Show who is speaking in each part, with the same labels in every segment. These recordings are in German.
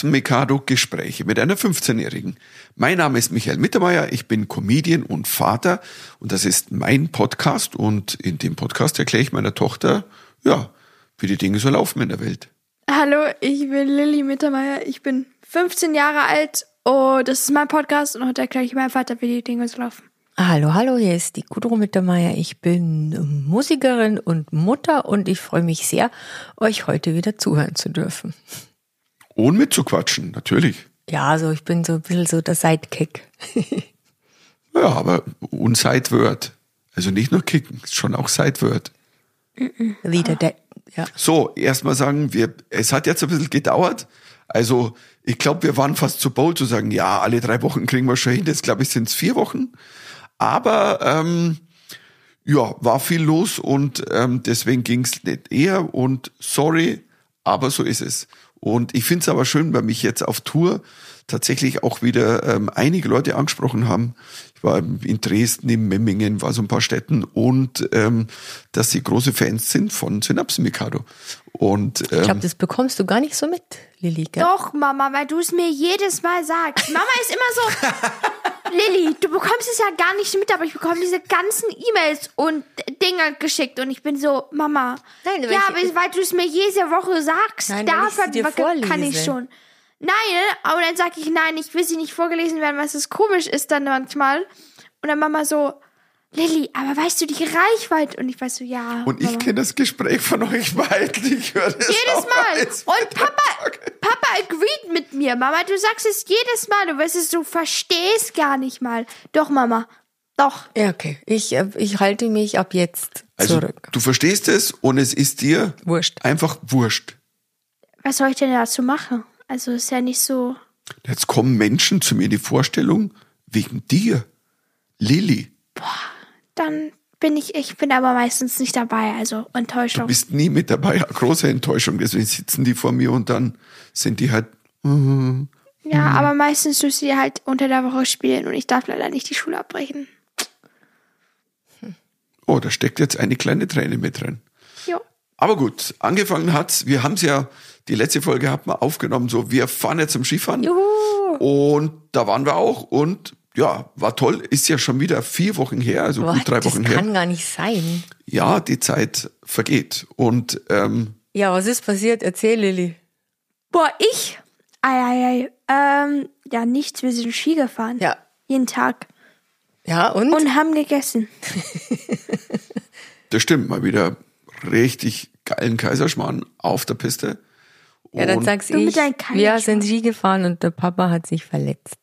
Speaker 1: Synapsen-Mikado-Gespräche mit einer 15-Jährigen. Mein Name ist Michael Mittermeier, ich bin Comedian und Vater und das ist mein Podcast und in dem Podcast erkläre ich meiner Tochter, ja, wie die Dinge so laufen in der Welt.
Speaker 2: Hallo, ich bin Lilly Mittermeier, ich bin 15 Jahre alt und das ist mein Podcast und heute erkläre ich meinem Vater, wie die Dinge so laufen.
Speaker 3: Hallo, hallo, hier ist die Gudrun Mittermeier. Ich bin Musikerin und Mutter und ich freue mich sehr, euch heute wieder zuhören zu dürfen.
Speaker 1: Ohne mitzuquatschen, natürlich.
Speaker 3: Ja, also ich bin so ein bisschen so der Sidekick.
Speaker 1: Ja, aber unside-word. Also nicht nur kicken, schon auch side-word.
Speaker 3: wieder der, ja.
Speaker 1: So, erstmal sagen wir, es hat jetzt ein bisschen gedauert. Also, ich glaube, wir waren fast zu bold zu sagen, ja, alle drei Wochen kriegen wir schon hin. Jetzt glaube ich, sind es vier Wochen. Aber ähm, ja, war viel los und ähm, deswegen ging es nicht eher. Und sorry, aber so ist es. Und ich finde es aber schön, weil mich jetzt auf Tour tatsächlich auch wieder ähm, einige Leute angesprochen haben. Ich war in Dresden, in Memmingen, war so ein paar Städten und ähm, dass sie große Fans sind von Synapsen Mikado. Und ähm,
Speaker 3: Ich glaube, das bekommst du gar nicht so mit, Lilly. Gell?
Speaker 2: Doch, Mama, weil du es mir jedes Mal sagst. Mama ist immer so. Lilly, du bekommst es ja gar nicht mit, aber ich bekomme diese ganzen E-Mails und Dinger geschickt und ich bin so, Mama.
Speaker 3: Nein, weil
Speaker 2: ja,
Speaker 3: ich-
Speaker 2: aber es- weil du es mir jede Woche sagst,
Speaker 3: Nein, weil ich sie
Speaker 2: dafür
Speaker 3: dir
Speaker 2: kann
Speaker 3: vorlese.
Speaker 2: ich schon. Nein, aber dann sage ich, nein, ich will sie nicht vorgelesen werden, weil es komisch ist dann manchmal. Und dann Mama so, Lilly, aber weißt du die Reichweite? Und ich weiß so, ja.
Speaker 1: Und ich
Speaker 2: Mama.
Speaker 1: kenne das Gespräch von euch beiden. Ich höre das
Speaker 2: Jedes
Speaker 1: auch
Speaker 2: Mal.
Speaker 1: jetzt.
Speaker 2: Und Papa, Papa agreed mit mir. Mama, du sagst es jedes Mal. Du weißt es, du verstehst gar nicht mal. Doch, Mama. Doch.
Speaker 3: Ja, okay. Ich, äh, ich halte mich ab jetzt
Speaker 1: Also,
Speaker 3: zurück.
Speaker 1: du verstehst es und es ist dir
Speaker 3: Wurscht.
Speaker 1: einfach wurscht.
Speaker 2: Was soll ich denn dazu machen? Also ist ja nicht so.
Speaker 1: Jetzt kommen Menschen zu mir in die Vorstellung wegen dir, Lilly.
Speaker 2: Dann bin ich, ich bin aber meistens nicht dabei. Also
Speaker 1: Du
Speaker 2: Enttäuschung.
Speaker 1: bist nie mit dabei. Große Enttäuschung. Deswegen sitzen die vor mir und dann sind die halt.
Speaker 2: Ja, aber meistens dürfen sie halt unter der Woche spielen und ich darf leider nicht die Schule abbrechen.
Speaker 1: Oh, da steckt jetzt eine kleine Träne mit drin.
Speaker 2: Jo.
Speaker 1: Aber gut, angefangen hat's. Wir haben's ja, die letzte Folge hat man aufgenommen, so wir fahren jetzt zum Skifahren. Juhu. Und da waren wir auch und ja, war toll. Ist ja schon wieder vier Wochen her, also
Speaker 3: Boah,
Speaker 1: gut drei
Speaker 3: das
Speaker 1: Wochen her.
Speaker 3: kann gar nicht sein.
Speaker 1: Ja, die Zeit vergeht. Und ähm,
Speaker 3: Ja, was ist passiert? Erzähl, Lilly.
Speaker 2: Boah, ich? Eieiei. Ähm, ja, nichts. Wir sind Ski gefahren.
Speaker 3: Ja.
Speaker 2: Jeden Tag.
Speaker 3: Ja, und?
Speaker 2: Und haben gegessen.
Speaker 1: das stimmt, mal wieder richtig geilen Kaiserschmarrn auf der Piste.
Speaker 3: ja, dann
Speaker 1: Und-
Speaker 3: sag's
Speaker 2: Du
Speaker 3: ich.
Speaker 2: mit deinen Kajak-
Speaker 3: Wir sind Ski gefahren und der Papa hat sich verletzt.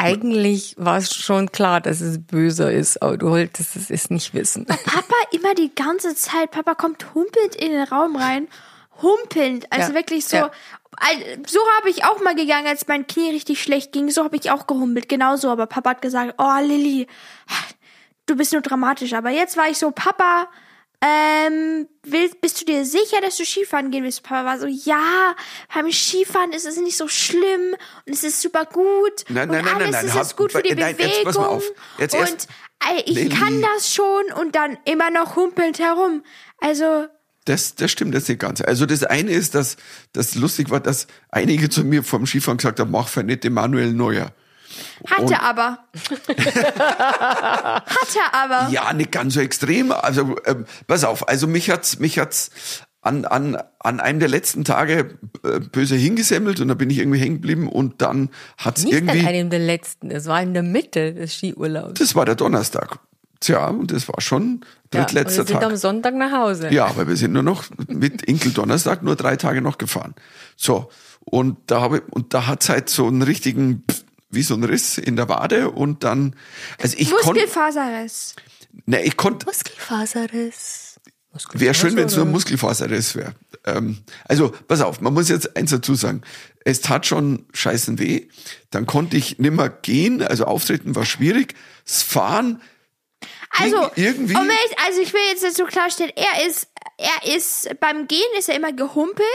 Speaker 3: Eigentlich war es schon klar, dass es böser ist, aber du wolltest es ist nicht wissen.
Speaker 2: Papa immer die ganze Zeit, Papa kommt humpelnd in den Raum rein. Humpelnd, also
Speaker 3: Ja,
Speaker 2: wirklich so.
Speaker 3: ja.
Speaker 2: Al- So habe ich auch mal gegangen, als mein Knie richtig schlecht ging. So habe ich auch gehumpelt, genauso. Aber Papa hat gesagt, oh Lilly, du bist nur dramatisch. Aber jetzt war ich so, Papa, ähm, willst, bist du dir sicher, dass du Skifahren gehen willst? Papa war so, ja, beim Skifahren ist es nicht so schlimm und es ist super gut.
Speaker 1: Nein,
Speaker 2: und
Speaker 1: nein, nein,
Speaker 2: alles
Speaker 1: nein,
Speaker 2: ist
Speaker 1: nein,
Speaker 2: es gut für die
Speaker 1: nein,
Speaker 2: Bewegung.
Speaker 1: jetzt pass mal auf. Jetzt erst-
Speaker 2: und Ey, ich
Speaker 1: Lilly.
Speaker 2: kann das schon und dann immer noch humpelnd herum. Also,
Speaker 1: Das, das stimmt jetzt nicht ganz. Also das eine ist, dass das lustig war, dass einige zu mir vom Skifahren gesagt haben, mach für nicht den Manuel Neuer.
Speaker 2: hatte
Speaker 1: Und-
Speaker 2: aber. hatte aber.
Speaker 1: Ja, nicht ganz so extrem. Also ähm, pass auf, also mich hat's, mich hat's an, an, an einem der letzten Tage äh, böse hingesemmelt und da bin ich irgendwie hängen geblieben und dann hat's
Speaker 3: nicht an
Speaker 1: irgendwie.
Speaker 3: einem der letzten, es war in der Mitte des Skiurlaubs.
Speaker 1: das war der Donnerstag. Tja, und das war schon
Speaker 3: ja,
Speaker 1: drittletzter
Speaker 3: und wir sind
Speaker 1: Tag.
Speaker 3: am Sonntag nach Hause.
Speaker 1: Ja, aber wir sind nur noch mit Inkel Donnerstag nur drei Tage noch gefahren. So. Und da habe und da hat's halt so einen richtigen, Pff, wie so einen Riss in der Wade und dann, also ich konnte,
Speaker 2: Muskelfaserriss.
Speaker 1: ne, ich konnte,
Speaker 3: Muskelfaserriss. Muskelfaser
Speaker 1: Wäre schön, wenn es nur ein
Speaker 3: oder?
Speaker 1: Muskelfaserriss wäre. Ähm, also, pass auf, man muss jetzt eins dazu sagen. Es tat schon scheißen weh. Dann konnte ich nimmer gehen, also auftreten war schwierig. Das Fahren,
Speaker 2: Also,
Speaker 1: irgendwie-
Speaker 2: um ehrlich- also ich will jetzt dazu klarstellen, er ist, er ist, beim Gehen ist er immer gehumpelt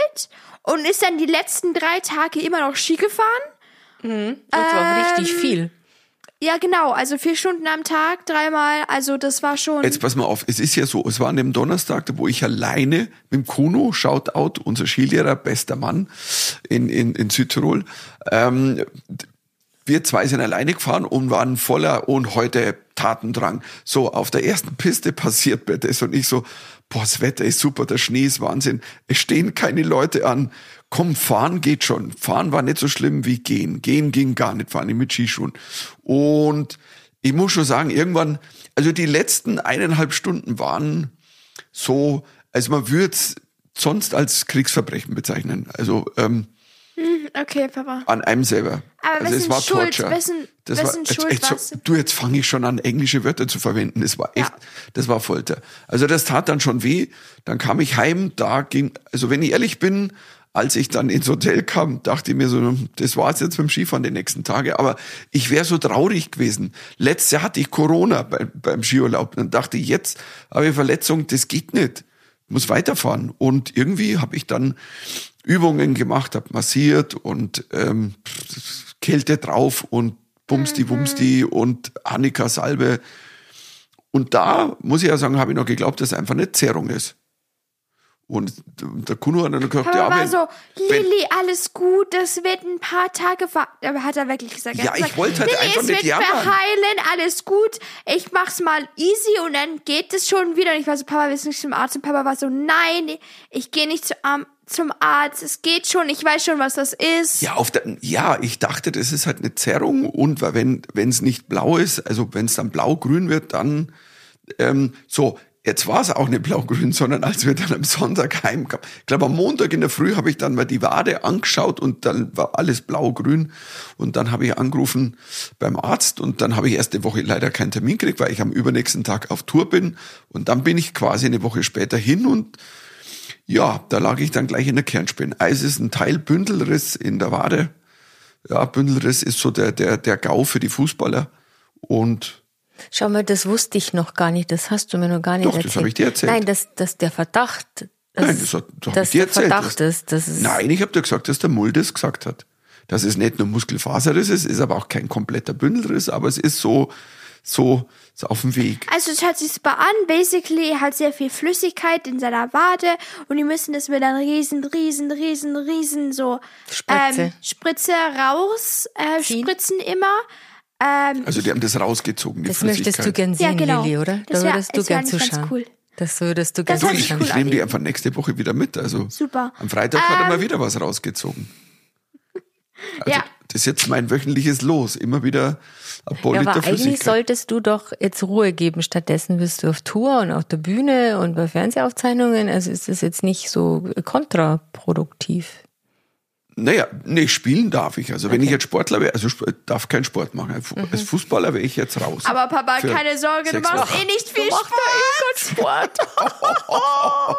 Speaker 2: und ist dann die letzten drei Tage immer noch Ski gefahren.
Speaker 1: Ähm.
Speaker 3: Und zwar richtig viel.
Speaker 2: Ja, genau. Also vier Stunden am Tag, dreimal. Also das war schon.
Speaker 1: Jetzt pass mal auf, es ist ja so, es war an dem Donnerstag, wo ich alleine mit dem Kuno, Shoutout, unser Skilehrer, bester Mann in, in, in Südtirol, ähm, wir zwei sind alleine gefahren und waren voller und heute Tatendrang. So, auf der ersten Piste passiert mir das und ich so, boah, das Wetter ist super, der Schnee ist Wahnsinn, es stehen keine Leute an. Komm, fahren geht schon. Fahren war nicht so schlimm wie gehen. Gehen ging gar nicht, fahren mit Skischuhen. Und ich muss schon sagen, irgendwann, also die letzten eineinhalb Stunden waren so, also man würde es sonst als Kriegsverbrechen bezeichnen. Also ähm,
Speaker 2: Hm, okay, Papa.
Speaker 1: an einem selber.
Speaker 2: Aber
Speaker 1: also
Speaker 2: wessen Schuld- wessen-
Speaker 1: das war,
Speaker 2: wessen Schuld
Speaker 1: jetzt, jetzt,
Speaker 2: war's?
Speaker 1: so- du, jetzt fange ich schon an, englische Wörter zu verwenden. Das war echt, das war Folter. Also das tat dann schon weh. Dann kam ich heim, da ging, also wenn ich ehrlich bin, als ich dann ins Hotel kam, dachte ich mir so, hm, das war's jetzt mit dem Skifahren die nächsten Tage. Aber ich wäre so traurig gewesen. Letztes Jahr hatte ich Corona bei, beim Skiurlaub. Dann dachte ich, jetzt habe ich Verletzung, das geht nicht muss weiterfahren. Und irgendwie habe ich dann Übungen gemacht, habe massiert und ähm, pff, Kälte drauf und Bumsti Wumsti und Annika Salbe. Und da muss ich ja sagen, habe ich noch geglaubt, dass es einfach eine Zerrung ist. Und der Kuno hat dann gesagt,
Speaker 2: Papa
Speaker 1: ja,
Speaker 2: war
Speaker 1: wenn,
Speaker 2: so,
Speaker 1: wenn,
Speaker 2: Lilly, alles gut, das wird ein paar Tage ver... Aber hat er wirklich gesagt. Er
Speaker 1: Ja,
Speaker 2: hat
Speaker 1: ich
Speaker 2: gesagt,
Speaker 1: wollte halt
Speaker 2: Lilly,
Speaker 1: einfach
Speaker 2: es
Speaker 1: nicht
Speaker 2: wird
Speaker 1: jammern.
Speaker 2: verheilen, alles gut, ich mach's mal easy und dann geht es schon wieder. Und ich war so, Papa, willst du nicht zum Arzt? Und Papa war so, nein, ich gehe nicht zu, am- zum Arzt, es geht schon, ich weiß schon, was das ist.
Speaker 1: Ja, auf der, ja, ich dachte, das ist halt eine Zerrung und weil wenn wenn es nicht blau ist, also wenn es dann blau-grün wird, dann ähm, so. Jetzt war es auch nicht blau-grün, sondern als wir dann am Sonntag heimkamen. Ich glaube, am Montag in der Früh habe ich dann mal die Wade angeschaut und dann war alles blau-grün. Und dann habe ich angerufen beim Arzt und dann habe ich erste Woche leider keinen Termin gekriegt, weil ich am übernächsten Tag auf Tour bin. Und dann bin ich quasi eine Woche später hin und ja, da lag ich dann gleich in der Kernspinne. Eis ist ein Teil Bündelriss in der Wade. Ja, Bündelriss ist so der, der, der Gau für die Fußballer. Und
Speaker 3: Schau mal, das wusste ich noch gar nicht. Das hast du mir noch gar nicht
Speaker 1: Doch, das
Speaker 3: erzählt.
Speaker 1: habe ich dir erzählt.
Speaker 3: Nein, dass, dass der Verdacht. Dass,
Speaker 1: Nein, das hat- das habe ich
Speaker 3: dass
Speaker 1: dir
Speaker 3: der
Speaker 1: erzählt.
Speaker 3: Verdacht ist. Das ist
Speaker 1: nein, ich habe dir gesagt, dass der Mull das gesagt hat. Dass es nicht nur Muskelfaserriss ist, ist aber auch kein kompletter Bündelriss, aber es ist so, so, so auf dem Weg.
Speaker 2: Also es hört sich super an. Basically, er hat sehr viel Flüssigkeit in seiner Wade und die müssen das mit einer riesen, riesen, riesen, riesen so
Speaker 3: Spritze.
Speaker 2: ähm, Spritze raus äh,
Speaker 3: Ziehen.
Speaker 2: spritzen immer. Ähm,
Speaker 1: Also die haben das rausgezogen, die
Speaker 3: Das
Speaker 1: Flüssigkeit.
Speaker 3: möchtest du gern sehen,
Speaker 2: genau.
Speaker 3: Lilly, oder? Da
Speaker 2: Das wär-
Speaker 3: würdest du
Speaker 2: es wär
Speaker 3: gern
Speaker 2: eigentlich ganz
Speaker 3: zuschauen.
Speaker 2: cool.
Speaker 3: Das würdest du gern
Speaker 2: Das hab
Speaker 1: ich
Speaker 2: ich
Speaker 3: zuschauen.
Speaker 2: cool
Speaker 1: ich nehme die einfach nächste Woche wieder mit. Also
Speaker 2: Super.
Speaker 1: Am Freitag hat er
Speaker 2: Ähm.
Speaker 1: mal wieder was rausgezogen. Also,
Speaker 2: Ja.
Speaker 1: Das ist jetzt mein wöchentliches Los. Immer wieder ein Bowl
Speaker 3: Ja,
Speaker 1: mit
Speaker 3: aber
Speaker 1: der
Speaker 3: eigentlich
Speaker 1: Flüssigkeit.
Speaker 3: solltest du doch jetzt Ruhe geben. Stattdessen bist du auf Tour und auf der Bühne und bei Fernsehaufzeichnungen. Also ist das jetzt nicht so kontraproduktiv.
Speaker 1: Naja, nee, spielen darf ich. Also wenn ich jetzt Sportler wäre, also sp- darf kein Sport machen. Als Fu- Als Fußballer wäre ich jetzt raus.
Speaker 2: Mhm. aber Papa,
Speaker 1: Für
Speaker 2: keine Sorge, du
Speaker 1: sechs
Speaker 2: machst
Speaker 1: Wochen.
Speaker 2: eh nicht viel Sport. eh-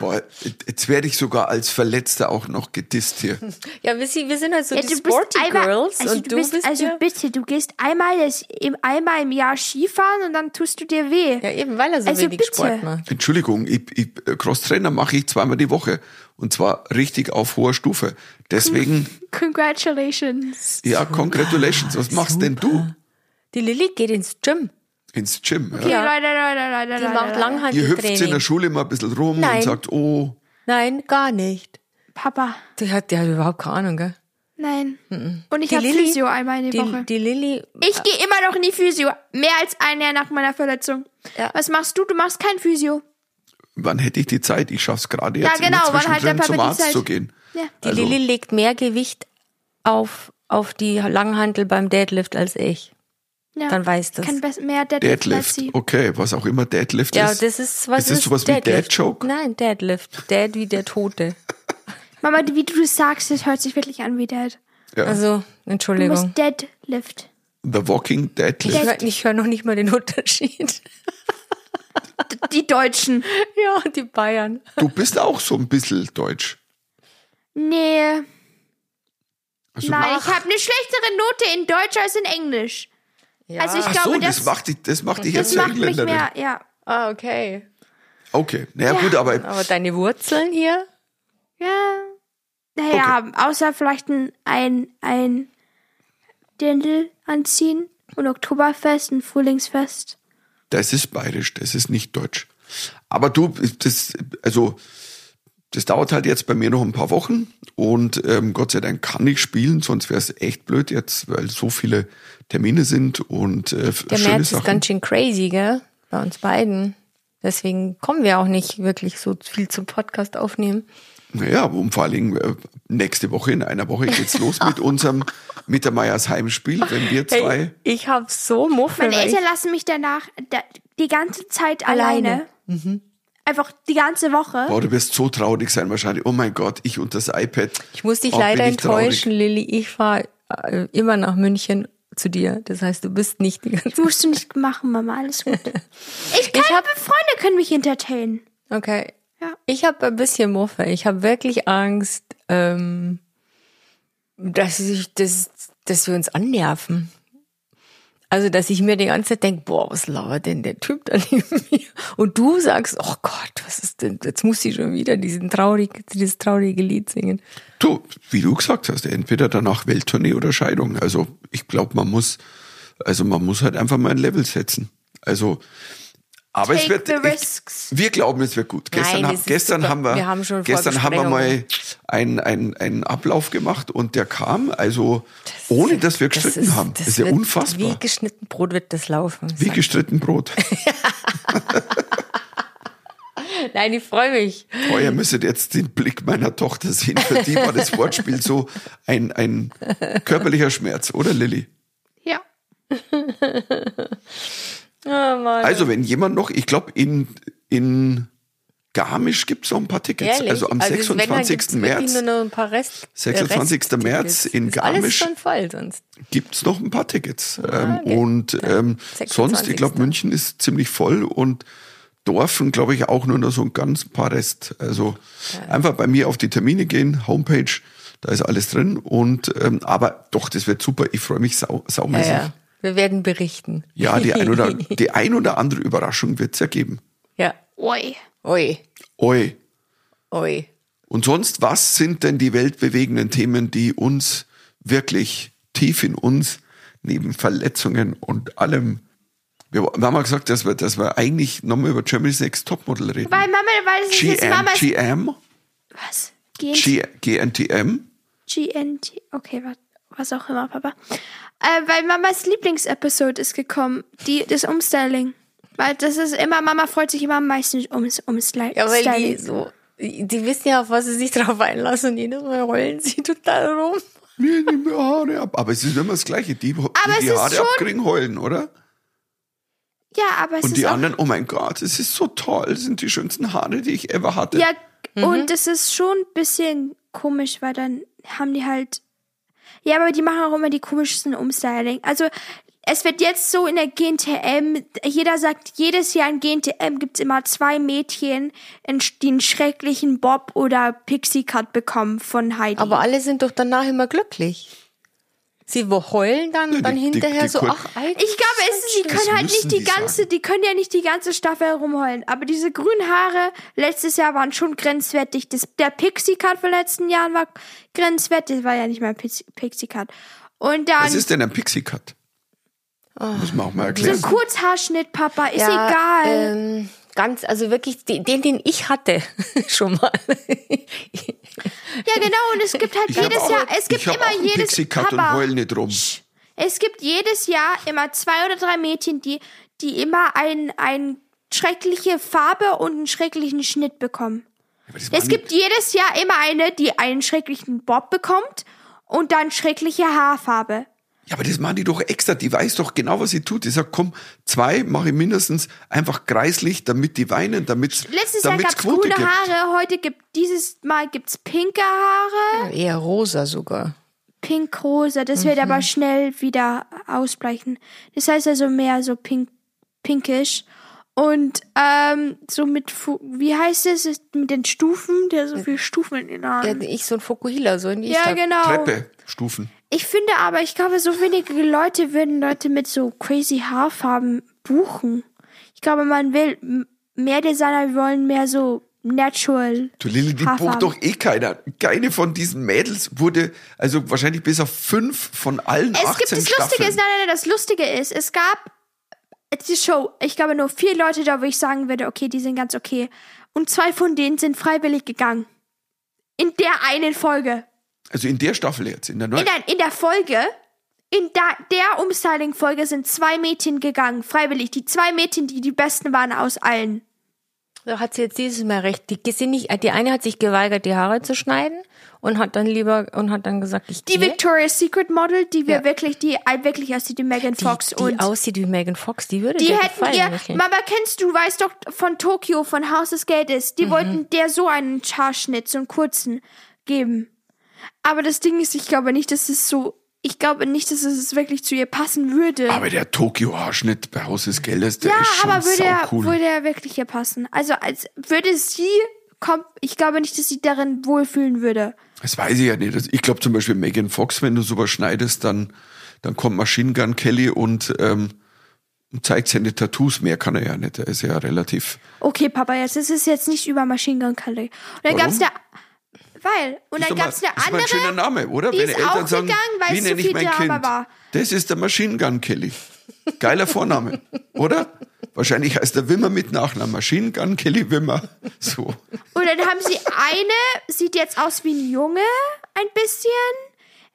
Speaker 1: Boah, jetzt werde ich sogar als Verletzter auch noch gedisst hier.
Speaker 3: Ja, wir, sind- wir sind halt so
Speaker 2: Ja,
Speaker 3: die Sporty
Speaker 2: einmal,
Speaker 3: Girls
Speaker 2: also
Speaker 3: und
Speaker 2: du bist, also
Speaker 3: ja,
Speaker 2: bitte, du gehst einmal, das, im, einmal im Jahr Skifahren und dann tust du dir weh.
Speaker 3: ja eben, weil er so
Speaker 2: Also
Speaker 3: wenig
Speaker 2: bitte.
Speaker 3: Sport macht.
Speaker 1: Entschuldigung, ich, ich, äh, Cross-Trainer mache ich zweimal die Woche. Und zwar richtig auf hoher Stufe. Deswegen,
Speaker 2: Congratulations.
Speaker 1: ja, congratulations. Was machst denn du
Speaker 3: Die Lilly geht ins Gym.
Speaker 1: ins Gym? Ja.
Speaker 2: Okay,
Speaker 3: Ja.
Speaker 2: Leute, Leute, Leute,
Speaker 3: Die
Speaker 2: Leute,
Speaker 3: macht
Speaker 2: Leute.
Speaker 1: Ihr hüpft in der
Speaker 3: Langhanteltraining.
Speaker 1: Schule immer ein bisschen rum
Speaker 3: Nein.
Speaker 1: und sagt, oh,
Speaker 3: Nein, gar nicht.
Speaker 2: Papa.
Speaker 3: Die hat, die hat überhaupt keine Ahnung, gell?
Speaker 2: Nein. Und ich
Speaker 3: Die
Speaker 2: habe
Speaker 3: Lilly-
Speaker 2: Physio einmal in die,
Speaker 3: Die,
Speaker 2: Woche.
Speaker 3: die Lilly
Speaker 2: ich gehe immer noch in die Physio. Mehr als ein Jahr nach meiner Verletzung.
Speaker 3: Ja.
Speaker 2: Was machst du? Du machst kein Physio.
Speaker 1: wann hätte ich die Zeit? Ich schaff's gerade
Speaker 2: Ja,
Speaker 1: jetzt immer
Speaker 2: genau, wann hat
Speaker 1: zwischendrin
Speaker 2: der Papa
Speaker 1: zum
Speaker 2: die
Speaker 1: Arzt
Speaker 2: Zeit?
Speaker 1: zu gehen.
Speaker 2: Ja.
Speaker 3: Die
Speaker 1: Also-
Speaker 3: Lilly legt mehr Gewicht auf, auf die Langhantel beim Deadlift als ich.
Speaker 2: ja.
Speaker 3: Dann weiß das.
Speaker 2: Ich kann bess- mehr Deadlift, als
Speaker 1: Deadlift,
Speaker 2: sie.
Speaker 1: okay, was auch immer Deadlift
Speaker 3: Ja,
Speaker 1: ist.
Speaker 3: das ist was
Speaker 1: Ist das sowas wie Dad-Joke?
Speaker 3: Nein, Deadlift. Dad wie der Tote.
Speaker 2: Mama, wie du das sagst, das hört sich wirklich an wie Dead.
Speaker 1: Ja.
Speaker 3: Also,
Speaker 2: Du
Speaker 3: Entschuldigung.
Speaker 2: musst Deadlift.
Speaker 1: The Walking Deadlift.
Speaker 3: Ich höre hör noch nicht mal den Unterschied.
Speaker 2: D die Deutschen.
Speaker 3: ja, die Bayern.
Speaker 1: Du bist auch so ein bisschen deutsch.
Speaker 2: Nee.
Speaker 1: Also,
Speaker 2: Nein, ich habe eine schlechtere Note in Deutsch als in Englisch.
Speaker 3: Ja.
Speaker 2: Also ich
Speaker 1: Ach so,
Speaker 2: glaube,
Speaker 1: das,
Speaker 2: das,
Speaker 1: macht dich, das macht dich
Speaker 2: das
Speaker 1: jetzt zur
Speaker 2: macht mich
Speaker 1: Engländerin.
Speaker 2: mehr, ja.
Speaker 3: Ah, okay.
Speaker 1: Okay, naja, gut, aber
Speaker 3: Aber deine Wurzeln hier?
Speaker 2: Ja. Naja, außer vielleicht ein, ein, ein Dirndl anziehen und Oktoberfest und Frühlingsfest.
Speaker 1: Das ist bayerisch, das ist nicht deutsch. Aber du, das, also, das dauert halt jetzt bei mir noch ein paar Wochen und ähm, Gott sei Dank kann ich spielen, sonst wäre es echt blöd jetzt, weil so viele Termine sind und äh,
Speaker 3: Der
Speaker 1: schöne
Speaker 3: März ist
Speaker 1: Sachen.
Speaker 3: ganz schön crazy, gell? Bei uns beiden. Deswegen kommen wir auch nicht wirklich so viel zum Podcast aufnehmen.
Speaker 1: Naja, und vor allen Dingen äh, nächste Woche, in einer Woche geht's los mit unserem Mittermeiers Heimspiel, wenn wir zwei.
Speaker 3: Hey, ich habe so Muffel.
Speaker 2: Meine
Speaker 3: weil ich-
Speaker 2: Eltern lassen mich danach da, die ganze Zeit alleine.
Speaker 3: Alleine.
Speaker 2: Einfach die ganze Woche.
Speaker 1: Mhm. Boah, du wirst so traurig sein wahrscheinlich. Oh mein Gott, ich und das iPad.
Speaker 3: Ich muss dich
Speaker 1: Oh,
Speaker 3: leider
Speaker 1: bin ich traurig.
Speaker 3: enttäuschen, Lilly. Ich fahre äh, immer nach München zu dir. Das heißt, du bist nicht die ganze
Speaker 2: Musst du nicht machen, Mama, alles gut. Ich kann, Freunde können mich entertainen.
Speaker 3: Okay.
Speaker 2: Ja.
Speaker 3: Ich habe ein bisschen Muffe. Ich habe wirklich Angst, ähm, dass, ich, dass, dass wir uns annerven. Also, dass ich mir die ganze Zeit denke, boah, was labert denn der Typ da neben mir? Und du sagst, oh Gott, was ist denn, jetzt muss sie schon wieder diesen traurig, dieses traurige Lied singen.
Speaker 1: Du, wie du gesagt hast, entweder danach Welttournee oder Scheidung. Also ich glaube, man muss, also man muss halt einfach mal ein Level setzen. Also, aber es
Speaker 2: Take
Speaker 1: wird.
Speaker 2: the
Speaker 1: ich-
Speaker 2: risks.
Speaker 1: wir glauben, es wird gut. Gestern,
Speaker 3: Nein,
Speaker 1: hab-
Speaker 3: es ist
Speaker 1: gestern
Speaker 3: super.
Speaker 1: haben wir,
Speaker 3: Wir haben schon
Speaker 1: gestern haben wir mal
Speaker 3: Vorbesprechungen.
Speaker 1: einen einen Ablauf gemacht und der kam, also ohne dass wir
Speaker 3: Das
Speaker 1: gestritten haben. Das ist ja
Speaker 3: wird Wie
Speaker 1: unfassbar.
Speaker 3: geschnitten Brot wird das laufen.
Speaker 1: Wie gestritten Brot.
Speaker 3: Nein, ich freue mich.
Speaker 1: Oh, ihr müsstet jetzt den Blick meiner Tochter sehen. Für die war das Wortspiel so ein, ein körperlicher Schmerz, oder Lilly?
Speaker 2: Ja.
Speaker 3: Oh Mann.
Speaker 1: Also, wenn jemand noch, ich glaube, in, in Garmisch gibt es noch ein paar Tickets.
Speaker 3: Ehrlich?
Speaker 1: Also am
Speaker 3: wenn, dann
Speaker 1: 26.
Speaker 3: gibt's wirklich
Speaker 1: März
Speaker 3: Nur noch ein paar Rest,
Speaker 1: 26.
Speaker 3: Rest
Speaker 1: März in
Speaker 3: Alles
Speaker 1: Garmisch.
Speaker 3: schon voll sonst.
Speaker 1: gibt es noch ein paar Tickets.
Speaker 3: Ah, okay.
Speaker 1: ähm, und ähm,
Speaker 3: 26..
Speaker 1: sonst, ich glaube, München ist ziemlich voll und Dorfen, glaube ich, auch nur noch so ein ganz paar Rest. Also einfach bei mir auf die Termine gehen, Homepage, da ist alles drin. Und ähm, aber doch, das wird super. Ich freue mich sau,
Speaker 3: Ja,
Speaker 1: saumäßig.
Speaker 3: ja. Wir werden berichten.
Speaker 1: Also Ja, die ein oder, die ein oder andere Überraschung wird's ja geben.
Speaker 3: ja.
Speaker 2: Oi.
Speaker 3: Oi,
Speaker 1: Oi.
Speaker 3: oi.
Speaker 1: Und sonst, was sind denn die weltbewegenden Themen, die uns wirklich tief in uns, neben Verletzungen und allem, wir haben ja gesagt, dass wir, dass wir eigentlich nochmal über Germany's Next Topmodel reden.
Speaker 2: Weil Mama, weil es ist jetzt
Speaker 1: GM,
Speaker 2: Mamas.
Speaker 1: GM,
Speaker 2: was? GNT.
Speaker 1: G, GNTM.
Speaker 2: GNT. Okay, was, was auch immer, Papa. Äh, weil Mamas Lieblingsepisode ist gekommen. Die, das Umstyling. Weil das ist immer, Mama freut sich immer am meisten ums Umstyling.
Speaker 3: Ja, weil die so, die die wissen ja, auf was sie sich drauf einlassen und jedes Mal rollen sie total rum.
Speaker 1: Wir nehmen die Haare ab. Aber es ist immer das Gleiche. Die, die,
Speaker 2: es
Speaker 1: die
Speaker 2: ist
Speaker 1: Haare
Speaker 2: schon-
Speaker 1: abkriegen, heulen, oder?
Speaker 2: ja, aber es
Speaker 1: Und
Speaker 2: ist
Speaker 1: die
Speaker 2: auch,
Speaker 1: anderen, oh mein Gott, es ist so toll, das sind die schönsten Haare, die ich ever hatte.
Speaker 2: Ja, und es ist schon ein bisschen komisch, weil dann haben die halt. Ja, aber die machen auch immer die komischsten Umstyling. Also, es wird jetzt so in der GNTM, jeder sagt, jedes Jahr in GNTM gibt's immer zwei Mädchen, in- die einen schrecklichen Bob oder Pixie-Cut bekommen von Heidi.
Speaker 3: Aber alle sind doch danach immer glücklich. Sie heulen dann,
Speaker 1: die-
Speaker 3: dann
Speaker 1: die-
Speaker 3: hinterher
Speaker 1: die
Speaker 3: so,
Speaker 1: Kur-
Speaker 3: ach, eigentlich.
Speaker 2: ich glaube, es ist, die können halt
Speaker 1: müssen
Speaker 2: nicht die,
Speaker 1: die
Speaker 2: ganze, die können ja nicht die ganze Staffel herumheulen. Aber diese grünen Haare letztes Jahr waren schon grenzwertig. Das, der Pixie Cut von letzten Jahren war grenzwertig. Das war ja nicht mal Pixie, Pixie Cut. Und Ah. dann
Speaker 1: Was ist denn ein Pixie-Cut? Muss man auch mal
Speaker 2: so
Speaker 1: erklären.
Speaker 2: ein Kurzhaarschnitt, Papa, ist
Speaker 3: Ja,
Speaker 2: egal.
Speaker 3: Ähm, ganz, also wirklich den, den, den ich hatte schon mal.
Speaker 2: ja, genau. Und es gibt halt
Speaker 1: hab
Speaker 2: jedes
Speaker 1: auch-
Speaker 2: Jahr, es gibt
Speaker 1: ich hab
Speaker 2: immer
Speaker 1: auch einen
Speaker 2: jedes
Speaker 1: Pixie-Cut und
Speaker 2: Papa.
Speaker 1: heul nicht rum.
Speaker 2: Es gibt jedes Jahr immer zwei oder drei Mädchen, die, die immer ein, ein schreckliche Farbe und einen schrecklichen Schnitt bekommen. Es gibt jedes Jahr immer eine, die einen schrecklichen Bob bekommt und dann schreckliche Haarfarbe.
Speaker 1: Ja, aber das machen die doch extra. Die weiß doch genau, was sie tut. Die sagt, komm, zwei mache ich mindestens einfach kreislich, damit die weinen, damit
Speaker 2: Letztes Jahr gab's grüne Haare, heute gibt dieses Mal gibt's pinke Haare,
Speaker 3: Eher rosa sogar.
Speaker 2: pink-rosa. Das wird aber schnell wieder ausbleichen. Das heißt also mehr so pink, pinkisch. Und ähm, so mit, Fu- wie heißt es, Ist mit den Stufen, der so viele Stufen in den
Speaker 3: Ja,
Speaker 2: Haaren.
Speaker 3: ich so ein Fokuhila, so in die
Speaker 2: Ja,
Speaker 3: Stadt.
Speaker 2: genau.
Speaker 1: Treppe, Stufen.
Speaker 2: Ich finde aber, ich glaube, so wenige Leute würden Leute mit so crazy Haarfarben buchen. Ich glaube, man will, m- mehr Designer wollen mehr so natural.
Speaker 1: Du Lilly, die
Speaker 2: Haarfarben.
Speaker 1: bucht doch eh keiner. Keine von diesen Mädels wurde, also wahrscheinlich bis auf fünf von allen
Speaker 2: Es
Speaker 1: 18
Speaker 2: gibt das
Speaker 1: Staffeln.
Speaker 2: Lustige ist, nein, nein, nein, das Lustige ist, es gab die Show, ich glaube nur vier Leute da, wo ich sagen würde, okay, die sind ganz okay. Und zwei von denen sind freiwillig gegangen. In der einen Folge.
Speaker 1: also in der Staffel jetzt, in der neuen.
Speaker 2: In der, in der Folge, in da, der Umstyling-Folge sind zwei Mädchen gegangen, freiwillig. Die zwei Mädchen, die die besten waren aus allen.
Speaker 3: Da hat sie jetzt dieses Mal recht. Die, sind nicht, die eine hat sich geweigert, die Haare zu schneiden und hat dann lieber und hat dann gesagt, ich
Speaker 2: Die
Speaker 3: gehe.
Speaker 2: Victoria's Secret Model, die wir
Speaker 3: Ja.
Speaker 2: wirklich, die wirklich aussieht, die Megan Fox
Speaker 3: die, die
Speaker 2: und
Speaker 3: aussieht wie Megan Fox, die würde
Speaker 2: Die
Speaker 3: dir
Speaker 2: hätten
Speaker 3: gefallen.
Speaker 2: ihr,
Speaker 3: Michel.
Speaker 2: Mama, kennst du, weißt doch, von Tokio, von Haus des Geldes, die wollten der so einen Haarschnitt, so einen kurzen, geben. Aber das Ding ist, ich glaube nicht, dass es so, ich glaube nicht, dass es wirklich zu ihr passen würde.
Speaker 1: aber der Tokio-Haarschnitt bei Haus des Geldes, der
Speaker 2: ja,
Speaker 1: ist schon
Speaker 2: aber würde er,
Speaker 1: cool.
Speaker 2: würde er wirklich ihr passen? Also, als würde sie, kommt, ich glaube nicht, dass sie darin wohlfühlen würde.
Speaker 1: Das weiß ich ja nicht. Also Ich glaube zum Beispiel Megan Fox, wenn du sowas schneidest, dann, dann kommt Machine Gun Kelly und ähm, zeigt seine Tattoos. Mehr kann er ja nicht. Er ist ja relativ.
Speaker 2: Okay, Papa, jetzt ist es jetzt nicht über Machine Gun Kelly. Und dann
Speaker 1: Warum?
Speaker 2: gab's da, weil, und
Speaker 1: Ist doch mal-
Speaker 2: dann gab's eine
Speaker 1: ist mal
Speaker 2: andere.
Speaker 1: ein schöner Name, oder?
Speaker 2: die
Speaker 1: Wenn
Speaker 2: ist
Speaker 1: die Eltern
Speaker 2: auch
Speaker 1: sagen,
Speaker 2: gegangen, weil
Speaker 1: wie
Speaker 2: es
Speaker 1: nenne
Speaker 2: zu
Speaker 1: ich mein
Speaker 2: viel
Speaker 1: Kind?
Speaker 2: Drama war.
Speaker 1: Das ist der Machine Gun Kelly. Geiler Vorname, oder? Wahrscheinlich heißt der Wimmer mit Nachnamen. Machine Gun Kelly Wimmer. So.
Speaker 2: Und dann haben sie eine, sieht jetzt aus wie ein Junge, ein bisschen.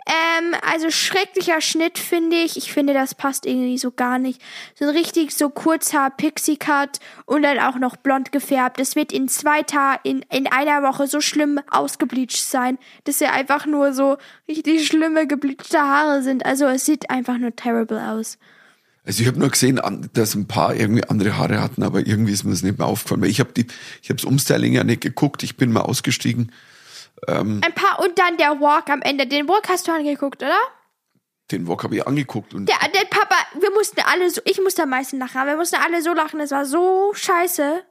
Speaker 2: Ähm, also schrecklicher Schnitt, finde ich. Ich finde, das passt irgendwie so gar nicht. So ein richtig so kurzer Pixie-Cut und dann auch noch blond gefärbt. Das wird in zwei Tagen, in, in einer Woche so schlimm ausgebleached sein, dass sie einfach nur so richtig schlimme gebleachte Haare sind. Also es sieht einfach nur terrible aus.
Speaker 1: Also ich habe nur gesehen, an- dass ein paar irgendwie andere Haare hatten, aber irgendwie ist mir das nicht mehr aufgefallen. Weil ich habe die, ich habe das Umstyling ja nicht geguckt. Ich bin mal ausgestiegen.
Speaker 2: Ein paar und dann der Walk am Ende. Den Walk hast du angeguckt, oder?
Speaker 1: Den Walk habe ich angeguckt und
Speaker 2: Der, der Papa, wir mussten alle so, ich musste am meisten lachen, aber wir mussten alle so lachen, das war so scheiße.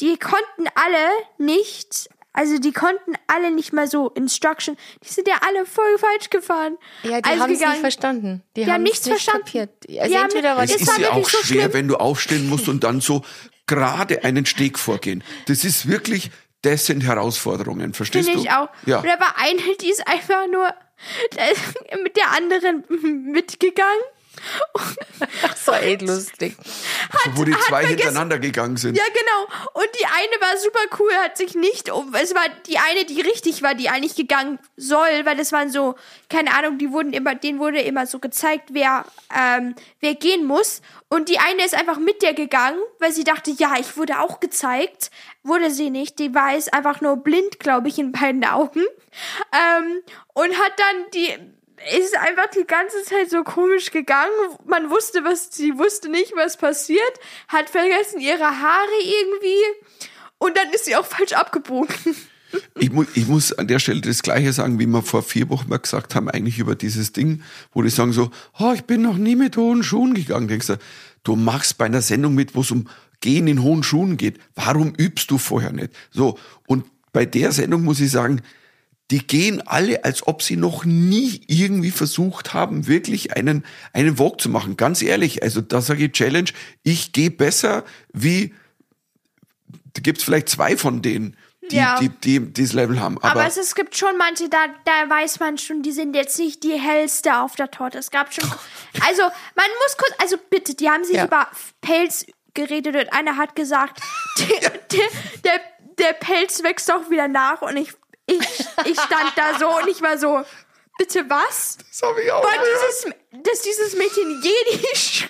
Speaker 2: Die konnten alle nicht, also die konnten alle nicht mehr so Instruction, die sind ja alle voll falsch gefahren.
Speaker 3: ja, die
Speaker 2: also
Speaker 3: haben es nicht
Speaker 2: gegangen.
Speaker 3: verstanden. Die,
Speaker 2: Die haben
Speaker 3: haben's
Speaker 2: nichts
Speaker 3: nicht
Speaker 2: verstanden.
Speaker 3: Kapiert. Also
Speaker 2: Die haben-
Speaker 3: entweder war
Speaker 1: Es
Speaker 2: Das
Speaker 3: die
Speaker 1: ist
Speaker 2: war
Speaker 1: ja
Speaker 2: wirklich
Speaker 1: auch
Speaker 2: so
Speaker 1: schwer,
Speaker 2: schlimm.
Speaker 1: wenn du aufstehen musst und dann so gerade einen Steg vorgehen. Das ist wirklich, das sind Herausforderungen, verstehst
Speaker 2: Finde
Speaker 1: du?
Speaker 2: ich auch.
Speaker 1: Ja.
Speaker 2: Und da war eine, die ist einfach nur da ist mit der anderen mitgegangen.
Speaker 3: so echt lustig.
Speaker 1: So, also wo die
Speaker 2: hat
Speaker 1: zwei
Speaker 2: vergessen-
Speaker 1: hintereinander gegangen sind.
Speaker 2: Ja, genau. Und die eine war super cool, hat sich nicht um. Es war die eine, die richtig war, die eigentlich gegangen soll, weil das waren so, keine Ahnung, die wurden immer, denen wurde immer so gezeigt, wer, ähm, wer gehen muss. Und die eine ist einfach mit der gegangen, weil sie dachte, ja, ich wurde auch gezeigt. Wurde sie nicht. Die war jetzt einfach nur blind, glaube ich, in beiden Augen. Ähm, und hat dann die ist einfach die ganze Zeit so komisch gegangen. Man wusste, was sie wusste nicht, was passiert. Hat vergessen ihre Haare irgendwie. Und dann ist sie auch falsch abgebogen.
Speaker 1: Ich, mu ich muss an der Stelle das Gleiche sagen, wie wir vor vier Wochen mal gesagt haben, eigentlich über dieses Ding, wo die sagen so, oh, ich bin noch nie mit hohen Schuhen gegangen. Denkst du, du machst bei einer Sendung mit, wo es um Gehen in hohen Schuhen geht. Warum übst du vorher nicht? So, und bei der Sendung muss ich sagen, die gehen alle, als ob sie noch nie irgendwie versucht haben, wirklich einen, einen Walk zu machen. Ganz ehrlich, also da sage ich Challenge, ich gehe besser wie, da gibt's vielleicht zwei von denen, die,
Speaker 2: Ja.
Speaker 1: die, die, die dieses Level haben.
Speaker 2: Aber,
Speaker 1: Aber,
Speaker 2: es, es gibt schon manche, da, da weiß man schon, die sind jetzt nicht die hellste auf der Torte. Es gab schon. Also, man muss kurz. Also, bitte, die haben sich
Speaker 3: Ja.
Speaker 2: über Pelz geredet und einer hat gesagt, der, der, der, der Pelz wächst auch wieder nach. Und ich, ich, ich stand da so und ich war so, bitte was?
Speaker 1: das habe ich auch.
Speaker 2: Weil dieses, dass dieses Mädchen Jedi. sch-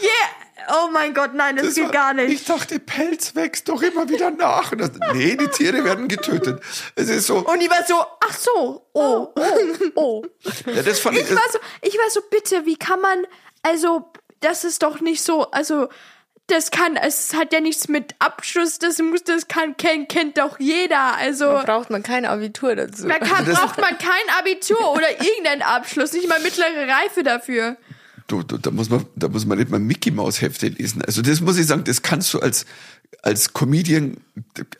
Speaker 2: yeah. Oh mein Gott, nein, das,
Speaker 1: Das
Speaker 2: geht
Speaker 1: war-
Speaker 2: gar nicht.
Speaker 1: Ich dachte, Pelz wächst doch immer wieder nach. Und das, nee, die Tiere werden getötet. Es ist so,
Speaker 2: Und die war so, ach so, oh, oh, oh.
Speaker 1: ja, das fand ich,
Speaker 2: Ich war so, ich war so, bitte, wie kann man, also, das ist doch nicht so, also, das kann, es hat ja nichts mit Abschluss, das muss, das kann, kennt, kennt doch jeder, also.
Speaker 3: Da braucht man kein Abitur dazu.
Speaker 2: Da kann,
Speaker 1: Das-
Speaker 2: braucht man kein Abitur oder irgendeinen Abschluss, nicht mal mittlere Reife dafür.
Speaker 1: du, du, da muss man, da muss man nicht mal Mickey Maus Hefte lesen. Also das muss ich sagen, das kannst du als, als Comedian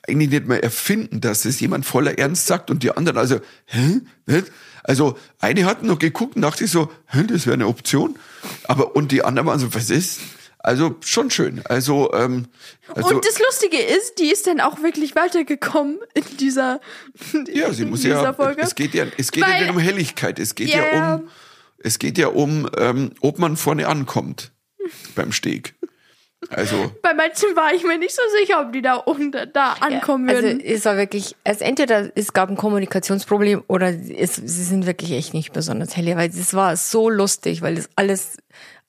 Speaker 1: eigentlich nicht mehr erfinden, dass das jemand voller Ernst sagt und die anderen also, hä? Nicht? Also eine hatten noch geguckt und dachte ich so, hä, das wäre eine Option. Aber, und die anderen waren so, was ist? Also schon schön. Also, ähm, also
Speaker 2: und das Lustige ist, die ist dann auch wirklich weitergekommen in dieser,
Speaker 1: ja, sie
Speaker 2: in
Speaker 1: muss
Speaker 2: dieser
Speaker 1: ja,
Speaker 2: Folge.
Speaker 1: es geht ja, es geht
Speaker 2: Weil-
Speaker 1: ja nicht um Helligkeit, es geht ja,
Speaker 2: Ja.
Speaker 1: um, es geht ja um, ähm, ob man vorne ankommt beim Steg. Also
Speaker 2: Bei manchen war ich mir nicht so sicher, ob die da oben da, da ankommen
Speaker 3: also
Speaker 2: würden.
Speaker 3: es war wirklich, also entweder es gab ein Kommunikationsproblem oder es, sie sind wirklich echt nicht besonders helle, weil es war so lustig, weil es alles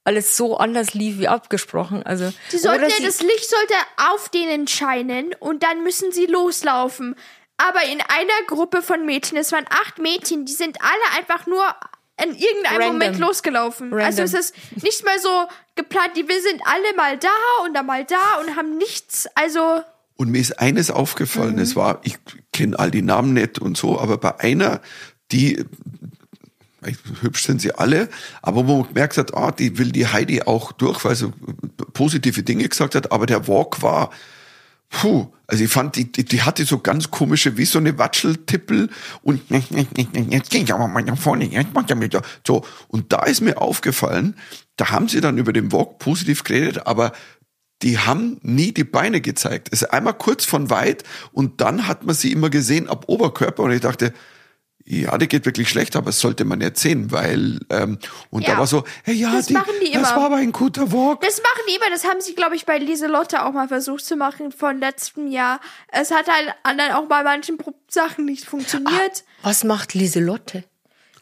Speaker 3: alles so anders lief wie abgesprochen. Also
Speaker 2: Die sollten
Speaker 3: oder
Speaker 2: ja,
Speaker 3: sie-
Speaker 2: das Licht sollte auf denen scheinen und dann müssen sie loslaufen. Aber in einer Gruppe von Mädchen, es waren acht Mädchen, die sind alle einfach nur in irgendeinem
Speaker 3: Random.
Speaker 2: Moment losgelaufen.
Speaker 3: Random.
Speaker 2: Also es ist nicht mal so geplant, die wir sind alle mal da und dann mal da und haben nichts. Also
Speaker 1: Und mir ist eines aufgefallen,
Speaker 2: Mhm.
Speaker 1: es war, ich kenne all die Namen nicht und so, aber bei einer, die, hübsch sind sie alle, aber wo man gemerkt hat, ah, die will die Heidi auch durch, weil sie positive Dinge gesagt hat, aber der Walk war, puh, also ich fand, die, die, die hatte so ganz komische, wie so eine Watscheltippel und jetzt gehe ich aber mal nach vorne, jetzt mach ich mit, so. Und da ist mir aufgefallen, da haben sie dann über den Walk positiv geredet, aber die haben nie die Beine gezeigt. Es ist einmal kurz von weit und dann hat man sie immer gesehen ab Oberkörper und ich dachte, ja, die geht wirklich schlecht, aber das sollte man nicht sehen, weil ähm, und
Speaker 2: Ja.
Speaker 1: da war so, hey, ja,
Speaker 2: Das machen die
Speaker 1: das
Speaker 2: immer.
Speaker 1: war aber ein guter Walk.
Speaker 2: Das machen die immer, das haben sie, glaube ich, bei Lieselotte auch mal versucht zu machen von letztem Jahr. Es hat halt anderen auch bei manchen Pro Sachen nicht funktioniert.
Speaker 3: was macht Lieselotte?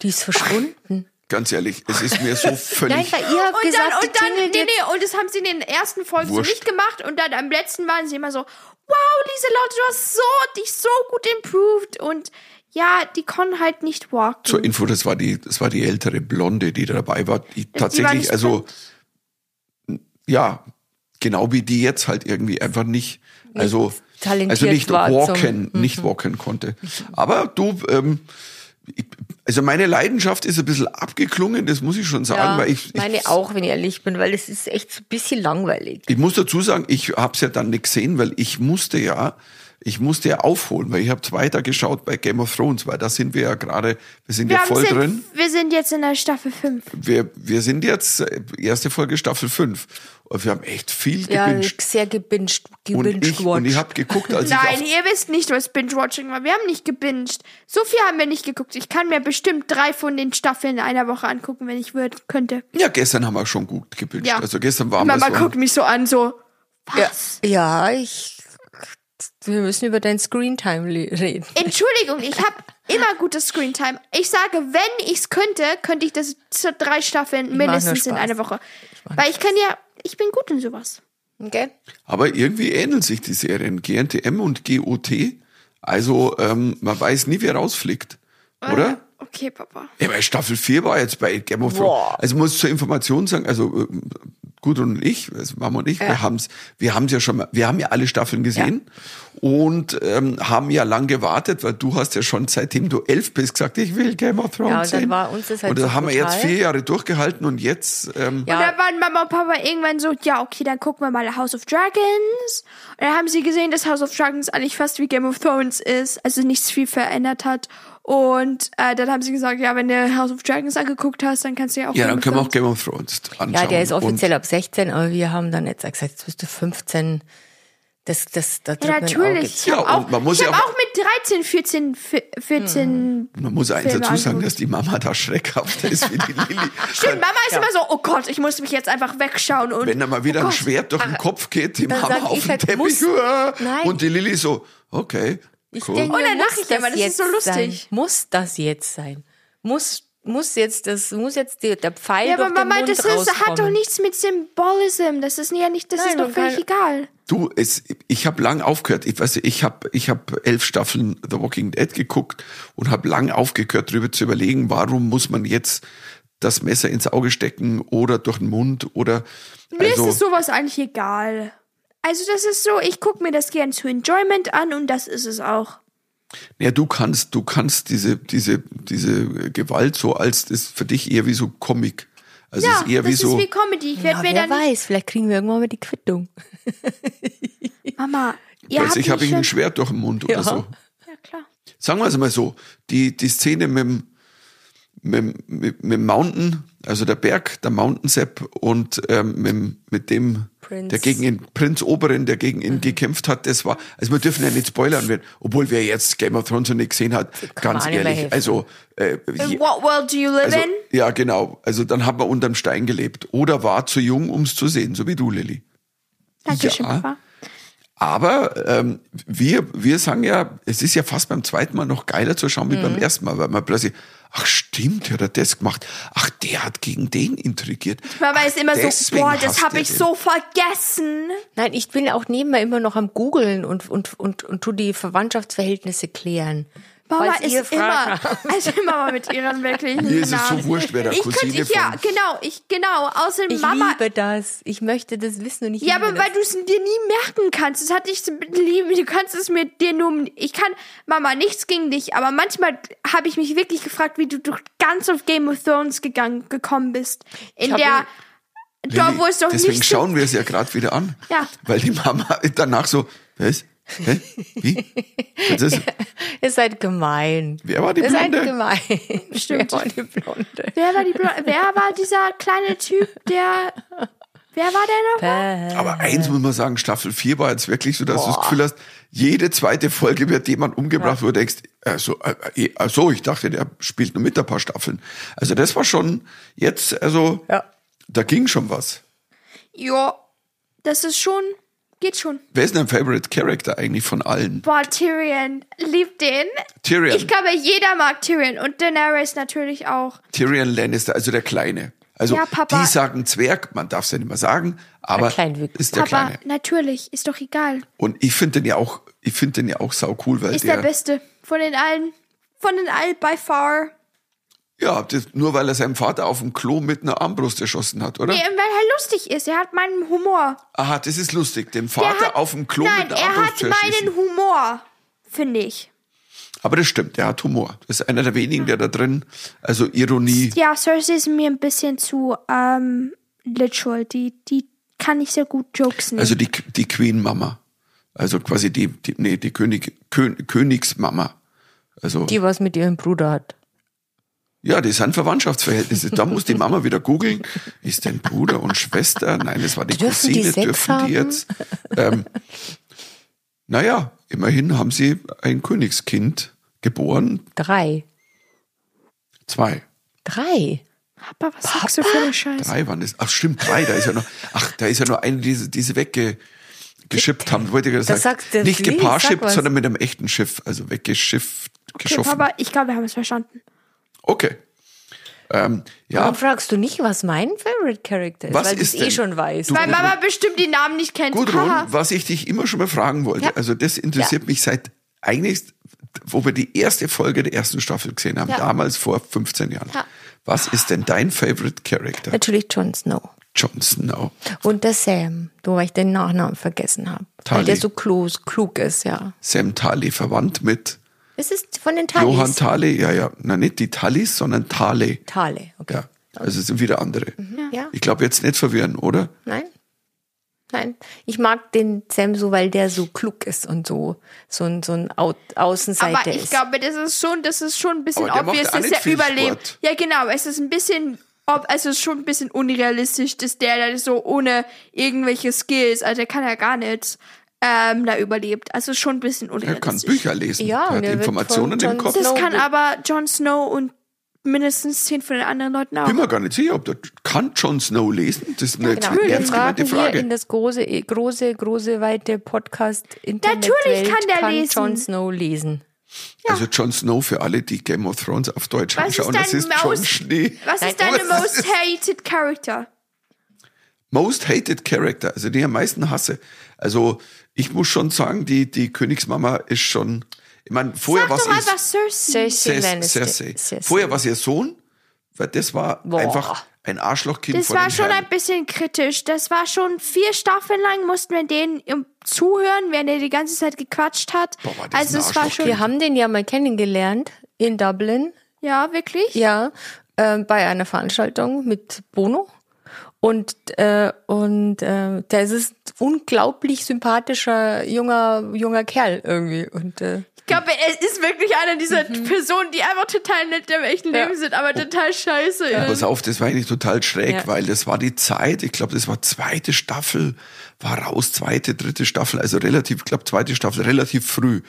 Speaker 3: Die ist verschwunden.
Speaker 1: Ganz ehrlich, es ist mir so völlig.
Speaker 3: Nein, weil ihr habt
Speaker 2: und
Speaker 3: gesagt,
Speaker 2: dann,
Speaker 3: die
Speaker 2: und dann,
Speaker 3: tingeln
Speaker 2: nee,
Speaker 3: jetzt-
Speaker 2: nee, und das haben sie in den ersten Folgen so
Speaker 1: Wurscht.
Speaker 2: nicht gemacht und dann am letzten waren sie immer so, wow, Lieselotte, du hast so, dich so gut improved und ja, die konnten halt nicht walken.
Speaker 1: Zur Info, das war die, das war die ältere Blonde, die dabei war. Die tatsächlich,
Speaker 2: nicht
Speaker 1: also ja, genau wie die jetzt halt irgendwie einfach nicht, also
Speaker 3: talentiert
Speaker 1: also nicht
Speaker 3: war
Speaker 1: walken, nicht walken konnte. Aber du, ähm, ich, also meine Leidenschaft ist ein bisschen abgeklungen, das muss ich schon sagen,
Speaker 3: Ja,
Speaker 1: weil ich, ich
Speaker 3: meine auch, wenn ich ehrlich bin, weil es ist echt so ein bisschen langweilig.
Speaker 1: Ich muss dazu sagen, ich habe es ja dann nicht gesehen, weil ich musste ja, ich musste ja aufholen, weil ich habe weitergeschaut bei Game of Thrones, weil da sind wir ja gerade, wir sind ja
Speaker 2: haben
Speaker 1: voll
Speaker 2: sind,
Speaker 1: drin.
Speaker 2: Wir sind jetzt in der Staffel 5.
Speaker 1: Wir, wir sind jetzt äh, erste Folge Staffel 5 und wir haben echt viel
Speaker 3: Ja,
Speaker 1: gewünscht.
Speaker 3: sehr gebinged,
Speaker 1: und
Speaker 3: gebinged
Speaker 1: ich, und ich
Speaker 3: watched.
Speaker 1: habe geguckt, als
Speaker 2: Nein,
Speaker 1: ich
Speaker 2: ihr wisst nicht, was Binge-Watching war. Wir haben nicht gebinged. So viel haben wir nicht geguckt. Ich kann mir bestimmt drei von den Staffeln in einer Woche angucken, wenn ich würde, könnte.
Speaker 1: auf, Ja, gestern haben wir schon gut gewünscht.
Speaker 2: Ja.
Speaker 1: Also gestern waren wir
Speaker 2: Mama
Speaker 1: so.
Speaker 2: guckt mich so an, so.
Speaker 3: Ja,
Speaker 2: Was?
Speaker 3: ja, ich. Wir müssen über dein Screentime le- reden.
Speaker 2: Entschuldigung, ich habe immer gutes Screentime. Ich sage, wenn ich's könnte, könnte ich das zu drei Staffeln
Speaker 3: nur
Speaker 2: mindestens in
Speaker 3: Spaß.
Speaker 2: einer Woche. Weil ich kann ja, ich bin gut in sowas.
Speaker 3: Okay?
Speaker 1: Aber irgendwie ähneln sich die Serien GNTM und GOT. Also ähm, man weiß nie, wer rausfliegt, oder?
Speaker 2: Okay, Papa.
Speaker 1: Ja, bei Staffel 4 war jetzt bei Game of Thrones.
Speaker 3: Boah.
Speaker 1: Also muss zur Information sagen, also äh, gut und ich, also Mama und ich, wir haben's, wir haben's ja schon mal, wir haben ja alle Staffeln gesehen und ähm, haben ja lang gewartet, weil du hast ja schon seitdem du elf bist gesagt, ich will Game of Thrones
Speaker 3: Ja, und dann
Speaker 1: sehen.
Speaker 3: war uns das halt
Speaker 1: und das
Speaker 3: so
Speaker 1: haben wir jetzt
Speaker 3: brutal.
Speaker 1: vier Jahre durchgehalten und jetzt ähm,
Speaker 2: Und
Speaker 3: Ja,
Speaker 2: dann waren Mama und Papa irgendwann so, ja, okay, dann gucken wir mal House of Dragons. Und dann haben sie gesehen, dass House of Dragons eigentlich fast wie Game of Thrones ist, also nichts viel verändert hat. Und äh, dann haben sie gesagt, ja, wenn du House of Dragons angeguckt hast, dann kannst du ja auch
Speaker 1: ja,
Speaker 2: Game
Speaker 1: dann
Speaker 2: of
Speaker 1: können wir auch
Speaker 2: Thrones-
Speaker 1: Game of Thrones anschauen.
Speaker 3: ja der ist
Speaker 1: Und-
Speaker 3: offiziell ab 16, aber wir haben dann jetzt gesagt, jetzt bist du 15. Das, das, da
Speaker 2: ja,
Speaker 3: drückt
Speaker 2: natürlich.
Speaker 3: Auge.
Speaker 2: Ich
Speaker 1: Ja,
Speaker 2: habe
Speaker 1: und
Speaker 2: auch,
Speaker 1: man muss
Speaker 2: ich
Speaker 1: ja
Speaker 2: hab
Speaker 1: auch- Hm.
Speaker 2: auch mit 13, 14, 14.
Speaker 1: Man muss eins
Speaker 2: Filme
Speaker 1: dazu sagen,
Speaker 2: angucken.
Speaker 1: dass die Mama da schreckhafter ist wie die Lilly.
Speaker 2: Stimmt, Mama ist immer so, oh Gott, ich muss mich jetzt einfach wegschauen. Und
Speaker 1: Wenn da mal wieder
Speaker 2: oh
Speaker 1: ein
Speaker 2: Gott.
Speaker 1: Schwert durch den Kopf geht, die
Speaker 3: dann
Speaker 1: Mama
Speaker 3: sag
Speaker 1: auf
Speaker 3: ich
Speaker 1: den
Speaker 3: halt,
Speaker 1: Teppich.
Speaker 3: muss-
Speaker 1: uah,
Speaker 3: Nein.
Speaker 1: Und die Lilly so, okay,
Speaker 3: Oh, Ich
Speaker 1: cool.
Speaker 3: denke,
Speaker 2: Und dann
Speaker 3: muss
Speaker 2: lache ich immer, das ist so
Speaker 3: jetzt
Speaker 2: lustig.
Speaker 3: Sein. Muss das jetzt sein? Muss, muss jetzt das, muss jetzt die, der Pfeil
Speaker 2: Ja, aber
Speaker 3: durch den
Speaker 2: Mama,
Speaker 3: Mund
Speaker 2: das ist,
Speaker 3: rauskommen.
Speaker 2: hat doch nichts mit Symbolism. Das ist ja nicht, das
Speaker 3: Nein,
Speaker 2: ist doch
Speaker 3: man kann-
Speaker 2: völlig egal.
Speaker 1: du, es, ich habe lang aufgehört. Ich weiß, nicht, ich habe ich hab elf Staffeln The Walking Dead geguckt und habe lang aufgehört, darüber zu überlegen, warum muss man jetzt das Messer ins Auge stecken oder durch den Mund oder
Speaker 2: Mir
Speaker 1: also,
Speaker 2: ist es sowas eigentlich egal. Also das ist so, ich gucke mir das gern zu Enjoyment an und das ist es auch.
Speaker 1: ja du kannst du kannst diese diese diese Gewalt so als ist für dich eher wie so Comic also es
Speaker 2: Ja,
Speaker 1: ist eher
Speaker 2: das
Speaker 1: wie so
Speaker 2: ist wie Comedy. Ich werde
Speaker 3: Ja,
Speaker 2: mir
Speaker 3: wer
Speaker 2: dann
Speaker 3: weiß, vielleicht kriegen wir irgendwann mal die Quittung.
Speaker 2: Mama, ihr habt
Speaker 1: plötzlich habe
Speaker 2: mich
Speaker 1: ich ein
Speaker 2: schon...
Speaker 1: Schwert durch den Mund
Speaker 3: Ja.
Speaker 1: oder so
Speaker 2: Ja, klar.
Speaker 1: sagen wir es mal so, die, die Szene mit dem, mit, mit, mit Mountain, also der Berg, der Mountain Sepp und ähm, mit, mit dem,
Speaker 3: Prinz.
Speaker 1: der gegen ihn, Prinz Oberin, der gegen
Speaker 3: Mhm.
Speaker 1: ihn gekämpft hat, das war, also wir dürfen ja nicht spoilern, wenn, obwohl wer jetzt Game of Thrones noch nicht gesehen hat, ganz
Speaker 3: auch nicht mehr
Speaker 1: ehrlich,
Speaker 3: helfen.
Speaker 1: also, äh, je-
Speaker 2: In what world do you live
Speaker 1: also
Speaker 2: in?
Speaker 1: ja genau, also dann hat man unterm Stein gelebt oder war zu jung, ums zu sehen, so wie du, Lilly.
Speaker 2: Dankeschön,
Speaker 1: ja.
Speaker 2: Papa.
Speaker 1: Aber ähm, wir, wir sagen ja, es ist ja fast beim zweiten Mal noch geiler zu schauen wie beim
Speaker 2: Mhm.
Speaker 1: ersten Mal, weil man plötzlich, ach stimmt, hat er das gemacht, ach der hat gegen den intrigiert.
Speaker 2: Man weiß immer so,
Speaker 1: deswegen
Speaker 2: boah, das
Speaker 1: hasst
Speaker 2: habe
Speaker 1: er
Speaker 2: ich
Speaker 1: den.
Speaker 2: so vergessen.
Speaker 3: Nein, ich bin auch nebenbei immer noch am Googeln und, und, und, und tu die Verwandtschaftsverhältnisse klären.
Speaker 2: Mama
Speaker 3: Falls ihr
Speaker 2: ist
Speaker 3: Fragen
Speaker 2: immer,
Speaker 3: habt.
Speaker 2: also Mama mit ihren wirklichen
Speaker 1: Mir ist es
Speaker 2: Namen.
Speaker 1: so wurscht, wer der
Speaker 2: ich
Speaker 1: Cousine
Speaker 2: könnte, ich, ja,
Speaker 1: von-
Speaker 2: genau, ich, genau, außerdem
Speaker 3: Ich
Speaker 2: Mama.
Speaker 3: liebe das. Ich möchte das wissen und ich
Speaker 2: Ja,
Speaker 3: liebe
Speaker 2: aber
Speaker 3: das.
Speaker 2: weil du es dir nie merken kannst. Das hat dich lieben. Du kannst es mir dir nur. Ich kann, Mama, nichts gegen dich, aber manchmal habe ich mich wirklich gefragt, wie du durch ganz auf Game of Thrones gegangen, gekommen bist. In
Speaker 3: hab
Speaker 2: der, da
Speaker 1: Lilly,
Speaker 2: wo es doch
Speaker 1: Deswegen
Speaker 2: nicht
Speaker 1: schauen wir es ja gerade wieder an.
Speaker 2: Ja.
Speaker 1: Weil die Mama danach so, was? Hä? Wie? Was ist?
Speaker 3: Ihr seid gemein.
Speaker 1: Wer war die
Speaker 3: Ihr seid
Speaker 1: Blonde?
Speaker 3: gemein.
Speaker 2: Stimmt.
Speaker 3: Wer war die Blonde?
Speaker 2: Wer war die, Blo wer war dieser kleine Typ, der, wer war der noch?
Speaker 1: Aber eins muss man sagen, Staffel 4 war jetzt wirklich so, dass du das Gefühl hast, jede zweite Folge wird jemand umgebracht, wo du denkst, also, äh, äh, so, ich dachte, der spielt nur mit ein paar Staffeln. Also das war schon jetzt, also
Speaker 3: Ja.
Speaker 1: da ging schon was.
Speaker 2: Ja, das ist schon, geht schon.
Speaker 1: Wer ist dein Favorite Character eigentlich von allen?
Speaker 2: Boah, Tyrion, liebt den.
Speaker 1: Tyrion.
Speaker 2: Ich glaube, jeder mag Tyrion und Daenerys natürlich auch.
Speaker 1: Tyrion Lannister, also der Kleine. Also
Speaker 2: Ja, Papa.
Speaker 1: die sagen Zwerg, man darf es ja nicht mehr sagen, aber
Speaker 3: Kleinwüchs.
Speaker 1: ist der
Speaker 2: Papa,
Speaker 1: Kleine.
Speaker 2: natürlich, ist doch egal.
Speaker 1: Und ich finde den ja auch, ich finde den ja auch sau cool, weil
Speaker 2: Ist
Speaker 1: der,
Speaker 2: der Beste von den allen, von den allen by far.
Speaker 1: ja, das, nur weil er seinem Vater auf dem Klo mit einer Armbrust erschossen hat, oder?
Speaker 2: Nee, weil er lustig ist, er hat meinen Humor.
Speaker 1: Aha, das ist lustig. Dem
Speaker 2: Der
Speaker 1: Vater
Speaker 2: hat,
Speaker 1: auf dem Klo
Speaker 2: Nein,
Speaker 1: mit der
Speaker 2: er
Speaker 1: Armbrust
Speaker 2: hat
Speaker 1: zu erschießen.
Speaker 2: meinen Humor, finde ich.
Speaker 1: Aber das stimmt, der hat Humor. Das ist einer der wenigen, der da drin, also Ironie.
Speaker 2: Ja, Cersei ist mir ein bisschen zu ähm, literal. Die, die kann nicht sehr gut Jokes nehmen.
Speaker 1: Also die, die Queen Mama. Also quasi die, die nee, die König, Kön, Königsmama. Also,
Speaker 3: Die was mit ihrem Bruder hat.
Speaker 1: ja, die sind Verwandtschaftsverhältnisse. Da muss die Mama wieder googeln. Ist denn Bruder und Schwester? Nein, das war die
Speaker 3: Dürfen die
Speaker 1: Cousine.
Speaker 3: Sex
Speaker 1: dürfen die
Speaker 3: haben?
Speaker 1: jetzt? Ähm, naja, immerhin haben sie ein Königskind geboren.
Speaker 3: Drei.
Speaker 1: Zwei.
Speaker 3: Drei.
Speaker 2: Papa, was sagst du für eine Scheiße?
Speaker 1: Drei waren das. Ach, stimmt, drei. Da ist ja noch, ach, da ist ja nur eine, die, sie- die sie weggeschippt haben. Wollte ich gerade
Speaker 3: Das
Speaker 1: sagen.
Speaker 3: sagst du
Speaker 1: Nicht
Speaker 3: jetzt nicht, sag
Speaker 1: geparshippt,
Speaker 3: was.
Speaker 1: sondern mit einem echten Schiff. Also weggeschifft,
Speaker 2: Okay,
Speaker 1: geschoffen.
Speaker 2: Papa, ich glaube, wir haben es verstanden.
Speaker 1: Okay. Ähm, ja,
Speaker 3: Warum fragst du nicht, was mein Favorite Character ist?
Speaker 1: Was
Speaker 3: weil
Speaker 1: ist
Speaker 3: du es
Speaker 1: denn?
Speaker 3: eh schon weißt.
Speaker 1: Du-
Speaker 2: Weil Mama bestimmt die Namen nicht kennt.
Speaker 1: Gudrun,
Speaker 2: Haha.
Speaker 1: was ich dich immer schon mal fragen wollte.
Speaker 3: Ja.
Speaker 1: Also das interessiert mich seit eigentlich, wo wir die erste Folge der ersten Staffel gesehen haben,
Speaker 3: Ja.
Speaker 1: damals vor 15 Jahren.
Speaker 3: Ja.
Speaker 1: Was ist denn dein Favorite Character?
Speaker 3: Natürlich Jon Snow.
Speaker 1: Jon Snow.
Speaker 3: Und der Sam, du, weil ich den Nachnamen vergessen habe.
Speaker 1: Tully.
Speaker 3: Weil der so klug, klug ist, ja.
Speaker 1: Sam Tully, verwandt mit
Speaker 3: Es ist von den Talis.
Speaker 1: Johann Tully. Ja, ja. Na, nicht die Tullys, sondern Tully.
Speaker 3: Tale, okay.
Speaker 1: Ja, also es sind wieder andere.
Speaker 3: Ja.
Speaker 1: Ich glaube, jetzt nicht verwirren, oder?
Speaker 3: Nein. Nein. Ich mag den Sam so, weil der so klug ist und so, so ein, so ein Au Außenseiter
Speaker 2: Aber ich
Speaker 3: ist.
Speaker 2: glaube, das ist schon, das ist schon ein bisschen
Speaker 1: Aber der
Speaker 2: obvious,
Speaker 1: macht ja auch
Speaker 2: dass
Speaker 1: nicht
Speaker 2: er
Speaker 1: viel
Speaker 2: überlebt.
Speaker 1: Sport.
Speaker 2: Ja, genau. Es ist ein bisschen, ob, also es ist schon ein bisschen unrealistisch, dass der da so ohne irgendwelche Skills, also der kann ja gar nicht, ähm, da überlebt. Also es ist schon ein bisschen
Speaker 1: Er kann
Speaker 2: unrealistisch.
Speaker 1: Bücher lesen,
Speaker 3: Ja,
Speaker 1: er
Speaker 3: und
Speaker 1: hat
Speaker 3: er wird
Speaker 1: Informationen
Speaker 3: von
Speaker 1: im
Speaker 3: Jon
Speaker 1: Kopf.
Speaker 3: Snow-
Speaker 2: Das
Speaker 3: No,
Speaker 2: kann
Speaker 3: du-
Speaker 2: aber Jon Snow und mindestens zehn von den anderen Leuten auch.
Speaker 1: Bin mir gar nicht sicher, ob der kann Jon Snow lesen. Das ist eine
Speaker 3: genau.
Speaker 1: jetzt eine
Speaker 3: Wir
Speaker 1: ernst gemeinte
Speaker 3: fragen hier in
Speaker 1: Frage.
Speaker 3: das große, große, große, weite Podcast Internet
Speaker 2: Natürlich kann der
Speaker 3: kann
Speaker 2: lesen.
Speaker 3: Jon Snow lesen.
Speaker 1: Also Jon Snow für alle, die Game of Thrones auf Deutsch
Speaker 2: Was
Speaker 1: anschauen,
Speaker 2: ist
Speaker 1: das
Speaker 2: dein
Speaker 1: ist Jon
Speaker 2: Maus-
Speaker 1: Schnee.
Speaker 2: Was ist
Speaker 3: Nein,
Speaker 2: deine
Speaker 3: was
Speaker 2: most hated character?
Speaker 1: Most hated Character, also den ich am meisten hasse. Also ich muss schon sagen, die, die Königsmama ist schon. Ich meine, vorher
Speaker 2: Sag
Speaker 1: was
Speaker 2: doch
Speaker 1: ist.
Speaker 2: einfach Cersei.
Speaker 3: Cersei Lannister.
Speaker 1: Cersei.
Speaker 3: Cersei.
Speaker 1: Vorher war es ihr Sohn, weil das war
Speaker 3: Boah.
Speaker 1: einfach ein Arschlochkind
Speaker 2: Das
Speaker 1: von
Speaker 2: war
Speaker 1: den
Speaker 2: schon
Speaker 1: Herren.
Speaker 2: ein bisschen kritisch. Das war schon vier Staffeln lang, mussten wir denen im- zuhören, während er die ganze Zeit gequatscht hat.
Speaker 1: Boah, war das
Speaker 2: also
Speaker 1: ein
Speaker 2: es war
Speaker 1: Arschlochkind.
Speaker 2: schon,
Speaker 3: Wir haben den ja mal kennengelernt in Dublin.
Speaker 2: ja, wirklich.
Speaker 3: Ja, ähm, bei einer Veranstaltung mit Bono. Und, äh, und äh, der ist ein unglaublich sympathischer junger, junger Kerl irgendwie. Und äh,
Speaker 2: Ich glaube, er ist wirklich einer dieser Personen, die einfach total nett im echten
Speaker 3: Ja.
Speaker 2: Leben sind, aber
Speaker 1: Oh.
Speaker 2: total scheiße. Ja.
Speaker 1: Pass auf, das war eigentlich total schräg,
Speaker 3: Ja.
Speaker 1: weil das war die Zeit, ich glaube, das war zweite Staffel, war raus, zweite, dritte Staffel, also relativ, ich glaube, zweite Staffel, relativ früh.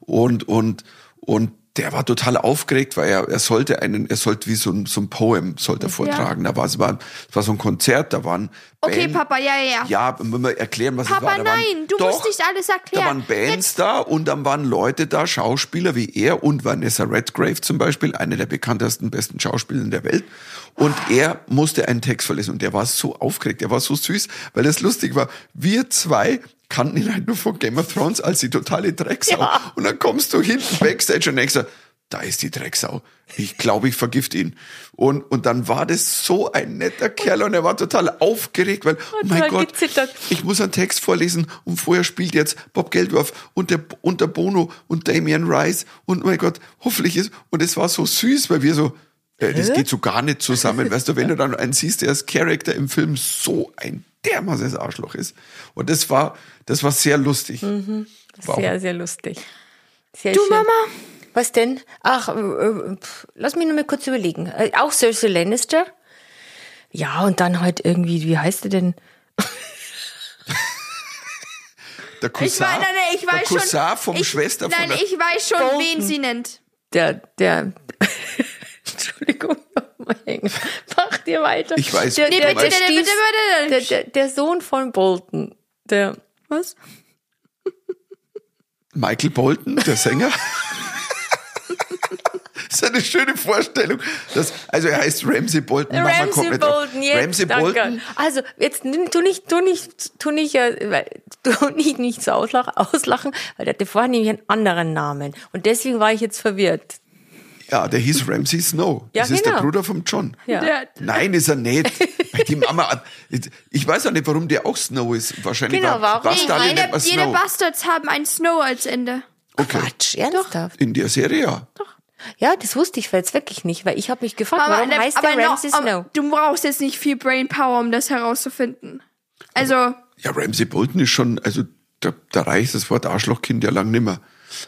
Speaker 1: Und, und, und der war total aufgeregt, weil er, er sollte einen, er sollte wie so ein, so ein Poem sollte er vortragen. Da war es war, es war so ein Konzert, da waren.
Speaker 2: Okay,
Speaker 1: Band-
Speaker 2: Papa, ja, ja, ja.
Speaker 1: Ja, müssen wir erklären, was es
Speaker 2: Papa,
Speaker 1: war. Da waren-
Speaker 2: nein, du musst nicht alles erklären.
Speaker 1: Da waren Bands da und dann waren Leute da, Schauspieler wie er und Vanessa Redgrave zum Beispiel, eine der bekanntesten, besten Schauspielerinnen der Welt. Und er musste einen Text verlesen und der war so aufgeregt, der war so süß, weil es lustig war. Wir zwei kannten ihn halt nur von Game of Thrones als die totale Drecksau. Und dann kommst du hinten Backstage und denkst, dir, da ist die Drecksau. Ich glaube, ich vergift ihn. Und, und dann war das so ein netter Kerl und er war total aufgeregt, weil, oh mein
Speaker 3: hat
Speaker 1: Gott,
Speaker 3: gezittert.
Speaker 1: ich muss einen Text vorlesen und vorher spielt jetzt Bob Geldwurf und der, und der Bono und Damian Rice und mein Gott, hoffentlich ist, und es war so süß, weil wir so, äh, das geht so gar nicht zusammen, weißt du, wenn du dann einen siehst, der als Charakter im Film so ein dermaßes Arschloch ist. Und das war, das war sehr lustig.
Speaker 2: Mhm.
Speaker 1: Wow.
Speaker 3: Sehr, sehr lustig. Sehr
Speaker 2: Du,
Speaker 3: schön.
Speaker 2: Mama?
Speaker 3: Was denn? Ach, äh, äh, pf, lass mich nur mal kurz überlegen. Äh, auch Cersei Lannister? Ja, und dann halt irgendwie, wie heißt er denn?
Speaker 1: Der Cousin,
Speaker 2: Ich weiß, nein, nein, ich weiß
Speaker 1: der
Speaker 2: schon.
Speaker 1: Cousin vom
Speaker 2: ich,
Speaker 1: Schwester von
Speaker 2: Nein,
Speaker 1: der,
Speaker 2: ich weiß schon,
Speaker 3: Bolton.
Speaker 2: wen sie nennt.
Speaker 3: Der, der. Entschuldigung, mal hängen. Mach dir weiter.
Speaker 1: Ich weiß,
Speaker 3: Der,
Speaker 1: Nee,
Speaker 3: der,
Speaker 1: bitte,
Speaker 3: der,
Speaker 2: bitte,
Speaker 3: Stiefs-
Speaker 2: bitte, bitte.
Speaker 3: der, der, der Sohn von Bolton. Der.
Speaker 2: Was?
Speaker 1: Michael Bolton, der Sänger. Das ist eine schöne Vorstellung. Das, also er heißt Ramsey Bolton. Mama kommt
Speaker 3: Ramsey
Speaker 1: nicht drauf.
Speaker 3: Bolton, jetzt,
Speaker 1: Ramsey
Speaker 3: danke.
Speaker 1: Bolton.
Speaker 3: Also, jetzt nimm- tu nicht, tu nicht, tu nicht, äh, weil- tu nicht, nicht so auslach, auslachen, weil der hatte vorher nämlich einen anderen Namen. Und deswegen war ich jetzt verwirrt.
Speaker 1: Ja, der hieß Ramsey Snow.
Speaker 3: Ja,
Speaker 1: das ist der
Speaker 3: genau.
Speaker 1: Bruder von John.
Speaker 3: Ja.
Speaker 2: Der-
Speaker 1: Nein, ist er nicht. Bei die Mama. Ich weiß auch nicht, warum der auch Snow ist. Wahrscheinlich
Speaker 3: Genau,
Speaker 1: war
Speaker 3: warum?
Speaker 1: Bastarde
Speaker 2: Jede,
Speaker 1: nennt man
Speaker 2: jede
Speaker 1: Snow.
Speaker 2: Bastards haben ein Snow als Ende.
Speaker 1: Okay.
Speaker 3: Quatsch, ernsthaft?
Speaker 1: In der Serie, ja.
Speaker 3: Ja, das wusste ich jetzt wirklich nicht, weil ich habe mich gefragt, warum
Speaker 2: ne-
Speaker 3: heißt der um-
Speaker 2: aber
Speaker 3: Ramsay
Speaker 2: noch-
Speaker 3: Snow?
Speaker 2: aber Du brauchst jetzt nicht viel Brain Power, um das herauszufinden. Also,
Speaker 1: Ja, Ramsey Bolton ist schon, also da, da reicht das Wort Arschlochkind ja lang nimmer.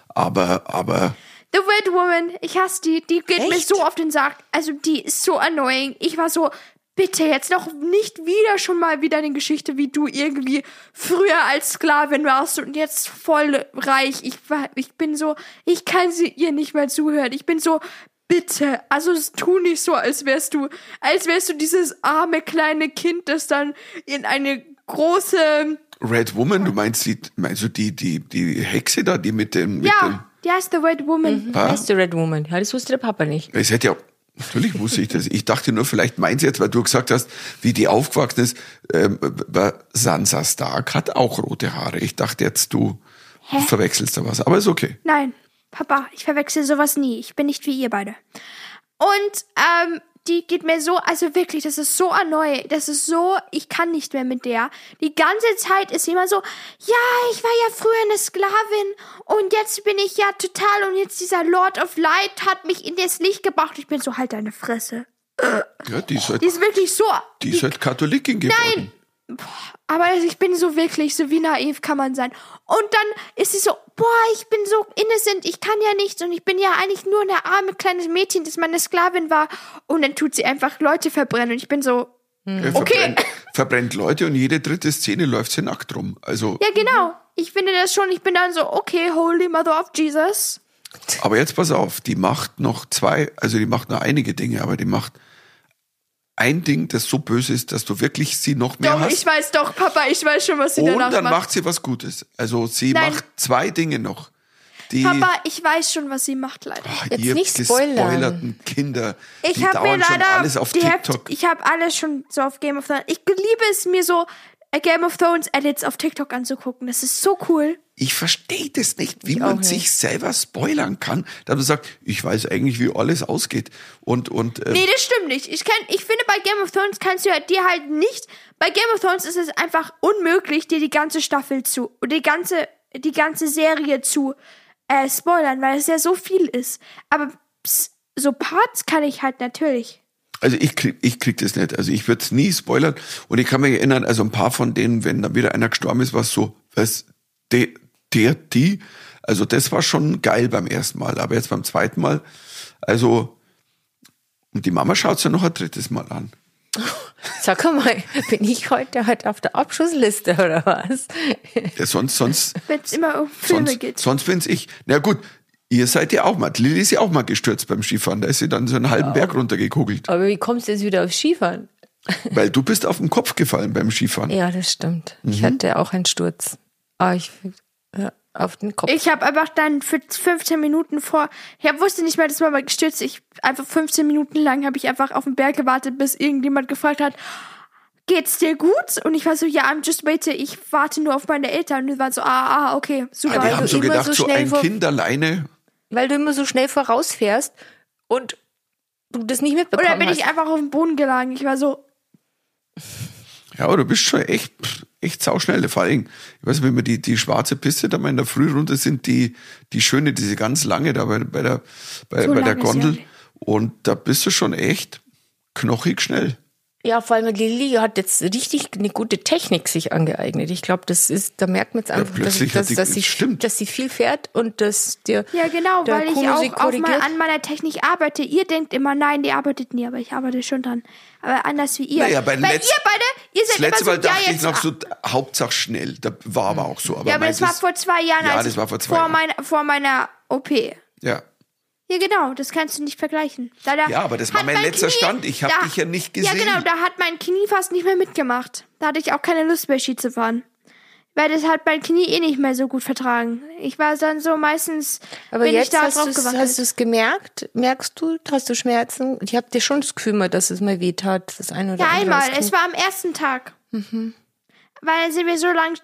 Speaker 1: Aber, aber,
Speaker 2: The Red Woman, ich hasse die, die geht mir
Speaker 3: Echt?
Speaker 2: so auf den Sack. Also, die ist so annoying. Ich war so, bitte jetzt noch nicht wieder schon mal wieder eine Geschichte, wie du irgendwie früher als Sklavin warst und jetzt voll reich. Ich, war, ich bin so, ich kann sie ihr nicht mehr zuhören. Ich bin so, bitte, also es- tu nicht so, als wärst du, als wärst du dieses arme kleine Kind, das dann in eine große,
Speaker 1: Red Woman, du meinst die, meinst du die, die, die Hexe da, die mit dem, mit dem,
Speaker 2: ja, die heißt The Red Woman.
Speaker 3: Heißt der Red Woman? Ja, das wusste der Papa nicht.
Speaker 1: Es hätte ja, natürlich wusste ich das. Ich dachte nur, vielleicht meint sie jetzt, weil du gesagt hast, wie die aufgewachsen ist, ähm, weil Sansa Stark hat auch rote Haare. Ich dachte jetzt, du verwechselst da was. Aber ist okay.
Speaker 2: Nein, Papa, ich verwechsel sowas nie. Ich bin nicht wie ihr beide. Und ähm, die geht mir so, also wirklich, das ist so erneu. Das ist so, ich kann nicht mehr mit der. Die ganze Zeit ist sie immer so, ja, ich war ja früher eine Sklavin und jetzt bin ich ja total und jetzt dieser Lord of Light hat mich in das Licht gebracht. Ich bin so halt deine Fresse.
Speaker 1: Ja, die ist halt,
Speaker 2: Die ist wirklich so.
Speaker 1: die ist halt Katholikin geworden. Nein.
Speaker 2: Aber ich bin so wirklich, so wie naiv kann man sein. Und dann ist sie so, boah, ich bin so innocent, ich kann ja nichts und ich bin ja eigentlich nur eine arme kleines Mädchen, das meine Sklavin war. Und dann tut sie einfach Leute verbrennen und ich bin so, Okay.
Speaker 1: Verbrennt, verbrennt Leute und jede dritte Szene läuft sie nackt rum. Also,
Speaker 2: ja genau, ich finde das schon, ich bin dann so, okay, holy mother of Jesus.
Speaker 1: aber jetzt pass auf, die macht noch zwei, also die macht noch einige Dinge, aber die macht ein Ding, das so böse ist, dass du wirklich sie noch mehr
Speaker 2: Doch,
Speaker 1: hast.
Speaker 2: ich weiß doch, Papa, ich weiß schon, was sie
Speaker 1: Und
Speaker 2: danach
Speaker 1: dann
Speaker 2: macht.
Speaker 1: macht sie was Gutes. Also sie
Speaker 2: Nein.
Speaker 1: macht zwei Dinge noch. Die
Speaker 2: Papa, ich weiß schon, was sie macht, leider.
Speaker 1: ach,
Speaker 3: Jetzt
Speaker 1: ihr
Speaker 3: nicht spoilern.
Speaker 1: gespoilerten Kinder,
Speaker 2: Ich
Speaker 1: die
Speaker 2: habe mir
Speaker 1: dauern schon
Speaker 2: leider
Speaker 1: alles auf
Speaker 2: die Hälfte-
Speaker 1: TikTok.
Speaker 2: ich habe alles schon so auf Game of Thrones. Ich liebe es mir so äh, Game of Thrones Edits auf TikTok anzugucken. Das ist so cool.
Speaker 1: Ich verstehe das nicht, wie man
Speaker 3: auch
Speaker 1: sich
Speaker 3: nicht.
Speaker 1: selber spoilern kann, dass man sagt, ich weiß eigentlich, wie alles ausgeht. Und und äh,
Speaker 2: Nee, das stimmt nicht. Ich kann, ich finde bei Game of Thrones kannst du ja dir halt nicht. Bei Game of Thrones ist es einfach unmöglich, dir die ganze Staffel zu oder die ganze die ganze Serie zu äh, spoilern, weil es ja so viel ist. Aber ps- so Parts kann ich halt natürlich.
Speaker 1: also ich krieg, ich krieg das nicht. Also ich würde es nie spoilern. Und ich kann mich erinnern, also ein paar von denen, wenn dann wieder einer gestorben ist, war es so, was der, der, die. Also das war schon geil beim ersten Mal, aber jetzt beim zweiten Mal, also und die Mama schaut es ja noch ein drittes Mal an.
Speaker 3: Sag mal, bin ich heute halt auf der Abschussliste oder was?
Speaker 1: Ja, sonst, sonst,
Speaker 2: Wenn es immer um Filme
Speaker 1: sonst,
Speaker 2: geht.
Speaker 1: sonst bin's ich. Na gut, ihr seid ja auch mal. Lilly ist ja auch mal gestürzt beim Skifahren. Da ist sie dann so einen halben Berg runtergekugelt.
Speaker 3: Aber wie kommst du jetzt wieder auf Skifahren?
Speaker 1: Weil du bist auf den Kopf gefallen beim Skifahren.
Speaker 3: Ja, das stimmt. Ich hatte auch einen Sturz. Aber ich ja, auf den Kopf.
Speaker 2: Ich habe einfach dann für 15 Minuten vor, ich hab, wusste nicht mehr, dass man mal gestürzt. Ich einfach 15 Minuten lang habe ich einfach auf dem Berg gewartet, bis irgendjemand gefragt hat, geht's dir gut? Und ich war so, ja, I'm just waiting. Ich warte nur auf meine Eltern. Und die waren so, ah, ah, okay, super.
Speaker 1: Ah, die
Speaker 3: weil
Speaker 1: haben
Speaker 3: du
Speaker 1: so
Speaker 3: immer
Speaker 1: gedacht,
Speaker 3: so
Speaker 1: so
Speaker 3: schnell
Speaker 1: ein
Speaker 3: vor-
Speaker 1: Kind alleine.
Speaker 3: weil du immer so schnell vorausfährst und du das nicht
Speaker 2: Und
Speaker 3: mitbekommen
Speaker 2: dann bin
Speaker 3: hast.
Speaker 2: ich
Speaker 1: also
Speaker 2: einfach auf den Boden gelangen. Ich war so,
Speaker 1: Ja, aber du bist schon echt, pff, echt sauschnell. Vor allem, ich weiß nicht, wenn wir die, die schwarze Piste da mal in der Früh runter sind, die, die schöne, diese ganz lange da bei, bei der, bei,
Speaker 2: So
Speaker 1: bei der
Speaker 2: lang ist sie
Speaker 1: Gondel.
Speaker 2: ja nicht.
Speaker 1: Und da bist du schon echt knochig schnell.
Speaker 3: ja, vor allem Lilly hat jetzt richtig eine gute Technik sich angeeignet. Ich glaube, das ist, da merkt man jetzt einfach, dass,
Speaker 1: plötzlich hat
Speaker 3: dass,
Speaker 1: die-
Speaker 3: dass, sie,
Speaker 1: stimmt.
Speaker 3: dass sie viel fährt und dass dir
Speaker 2: ja genau,
Speaker 3: der
Speaker 2: weil ich
Speaker 3: Kuno sie
Speaker 2: auch auf
Speaker 3: korrigiert.
Speaker 2: mein, an meiner Technik arbeite. Ihr denkt immer, nein, die arbeitet nie, aber ich arbeite schon dran. Aber anders wie ihr.
Speaker 1: Naja, beim
Speaker 2: weil
Speaker 1: Letz-
Speaker 2: ihr beide, ihr
Speaker 1: Das
Speaker 2: seid immer
Speaker 1: letzte
Speaker 2: so,
Speaker 1: Mal dachte
Speaker 2: ja,
Speaker 1: ich
Speaker 2: jetzt
Speaker 1: noch so, Hauptsache schnell. Da war aber auch so. Aber
Speaker 2: Ja, aber das war
Speaker 1: meistens-
Speaker 2: vor zwei Jahren.
Speaker 1: Ja,
Speaker 2: als
Speaker 1: das
Speaker 2: ich-
Speaker 1: war vor zwei
Speaker 2: vor
Speaker 1: Jahren.
Speaker 2: Meiner, vor meiner OP. Ja,
Speaker 1: Ja.
Speaker 2: genau, das kannst du nicht vergleichen. Da, da
Speaker 1: Ja, aber das war
Speaker 2: hat
Speaker 1: mein letzter Stand. Ich hab
Speaker 2: da-
Speaker 1: dich ja nicht
Speaker 2: Ja,
Speaker 1: gesehen.
Speaker 2: genau, da hat mein Knie fast nicht mehr mitgemacht. Da hatte ich auch keine Lust mehr, Ski zu fahren. Weil das hat mein Knie eh nicht mehr so gut vertragen. Ich war dann so meistens,
Speaker 3: Aber
Speaker 2: bin
Speaker 3: jetzt
Speaker 2: ich da
Speaker 3: hast
Speaker 2: drauf
Speaker 3: du's-
Speaker 2: gewackelt.
Speaker 3: hast du es gemerkt? Merkst du, hast du Schmerzen? Ich habe dir schon das Kümmel, dass es mal weh tat, das eine oder
Speaker 2: Ja,
Speaker 3: andere.
Speaker 2: einmal.
Speaker 3: Das
Speaker 2: Es war am ersten Tag.
Speaker 3: Mhm.
Speaker 2: Weil dann sind wir so lang,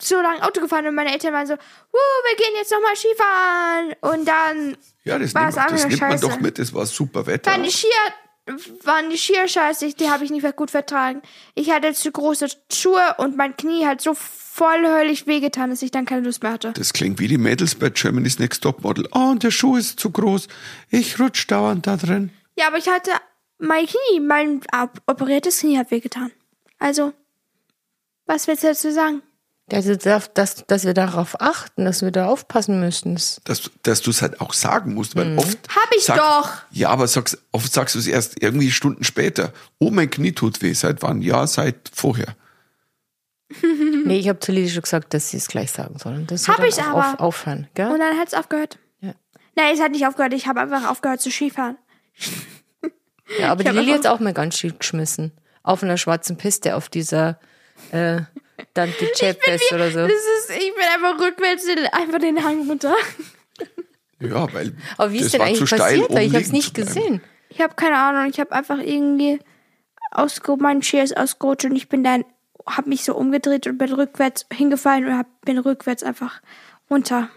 Speaker 2: so lang Auto gefahren und meine Eltern waren so, "Wuh, wir gehen jetzt nochmal Skifahren. Und dann
Speaker 1: Ja, das,
Speaker 2: War
Speaker 1: nimmt, man-
Speaker 2: es auch
Speaker 1: das
Speaker 2: eine
Speaker 1: nimmt man
Speaker 2: Scheiße.
Speaker 1: doch mit. Es war super Wetter.
Speaker 2: waren die Skier, waren die Skier scheiße, die habe ich nicht mehr gut vertragen. Ich hatte zu große Schuhe und mein Knie hat so vollhöllig wehgetan, dass ich dann keine Lust mehr hatte.
Speaker 1: Das klingt wie die Mädels bei Germany's Next Top Model. Oh, und der Schuh ist zu groß. Ich rutsch dauernd da drin.
Speaker 2: Ja, aber ich hatte mein Knie, mein ab- operiertes Knie hat wehgetan. Also, was willst du dazu sagen?
Speaker 3: Also, dass, dass, dass wir darauf achten, dass wir da aufpassen müssen.
Speaker 1: Dass, dass du es halt auch sagen musst,
Speaker 2: Mhm.
Speaker 1: weil oft.
Speaker 2: Hab ich doch.
Speaker 1: Ja, aber sagst, oft sagst du es erst irgendwie Stunden später. Oh, mein Knie tut weh. Seit wann? Ja, seit vorher.
Speaker 3: Nee, ich habe zu Lili schon gesagt, dass sie es gleich sagen sollen. Das
Speaker 2: Mhm. Hab ich's aber.
Speaker 3: Auf, aufhören, gell?
Speaker 2: Und dann hat's aufgehört.
Speaker 3: Ja.
Speaker 2: Nein, es hat nicht aufgehört. Ich habe einfach aufgehört zu Skifahren.
Speaker 3: ja, aber die
Speaker 2: hab
Speaker 3: Lili
Speaker 2: auch-
Speaker 3: hat's auch mal ganz schön geschmissen. Auf einer schwarzen Piste, auf dieser äh, Dante Chapes oder so.
Speaker 2: Das ist, ich bin einfach rückwärts in- einfach den Hang runter.
Speaker 1: Ja, weil.
Speaker 3: Aber wie
Speaker 1: das
Speaker 3: ist denn
Speaker 1: war zu
Speaker 3: eigentlich
Speaker 1: steil,
Speaker 3: passiert?
Speaker 1: um
Speaker 3: Weil ich habe es
Speaker 1: liegen zu
Speaker 3: nicht
Speaker 1: bleiben.
Speaker 3: gesehen.
Speaker 2: Ich habe keine Ahnung. Ich habe einfach irgendwie ausge mein Ski ist ausgerutscht und ich bin dann, habe mich so umgedreht und bin rückwärts hingefallen und hab, bin rückwärts einfach runter.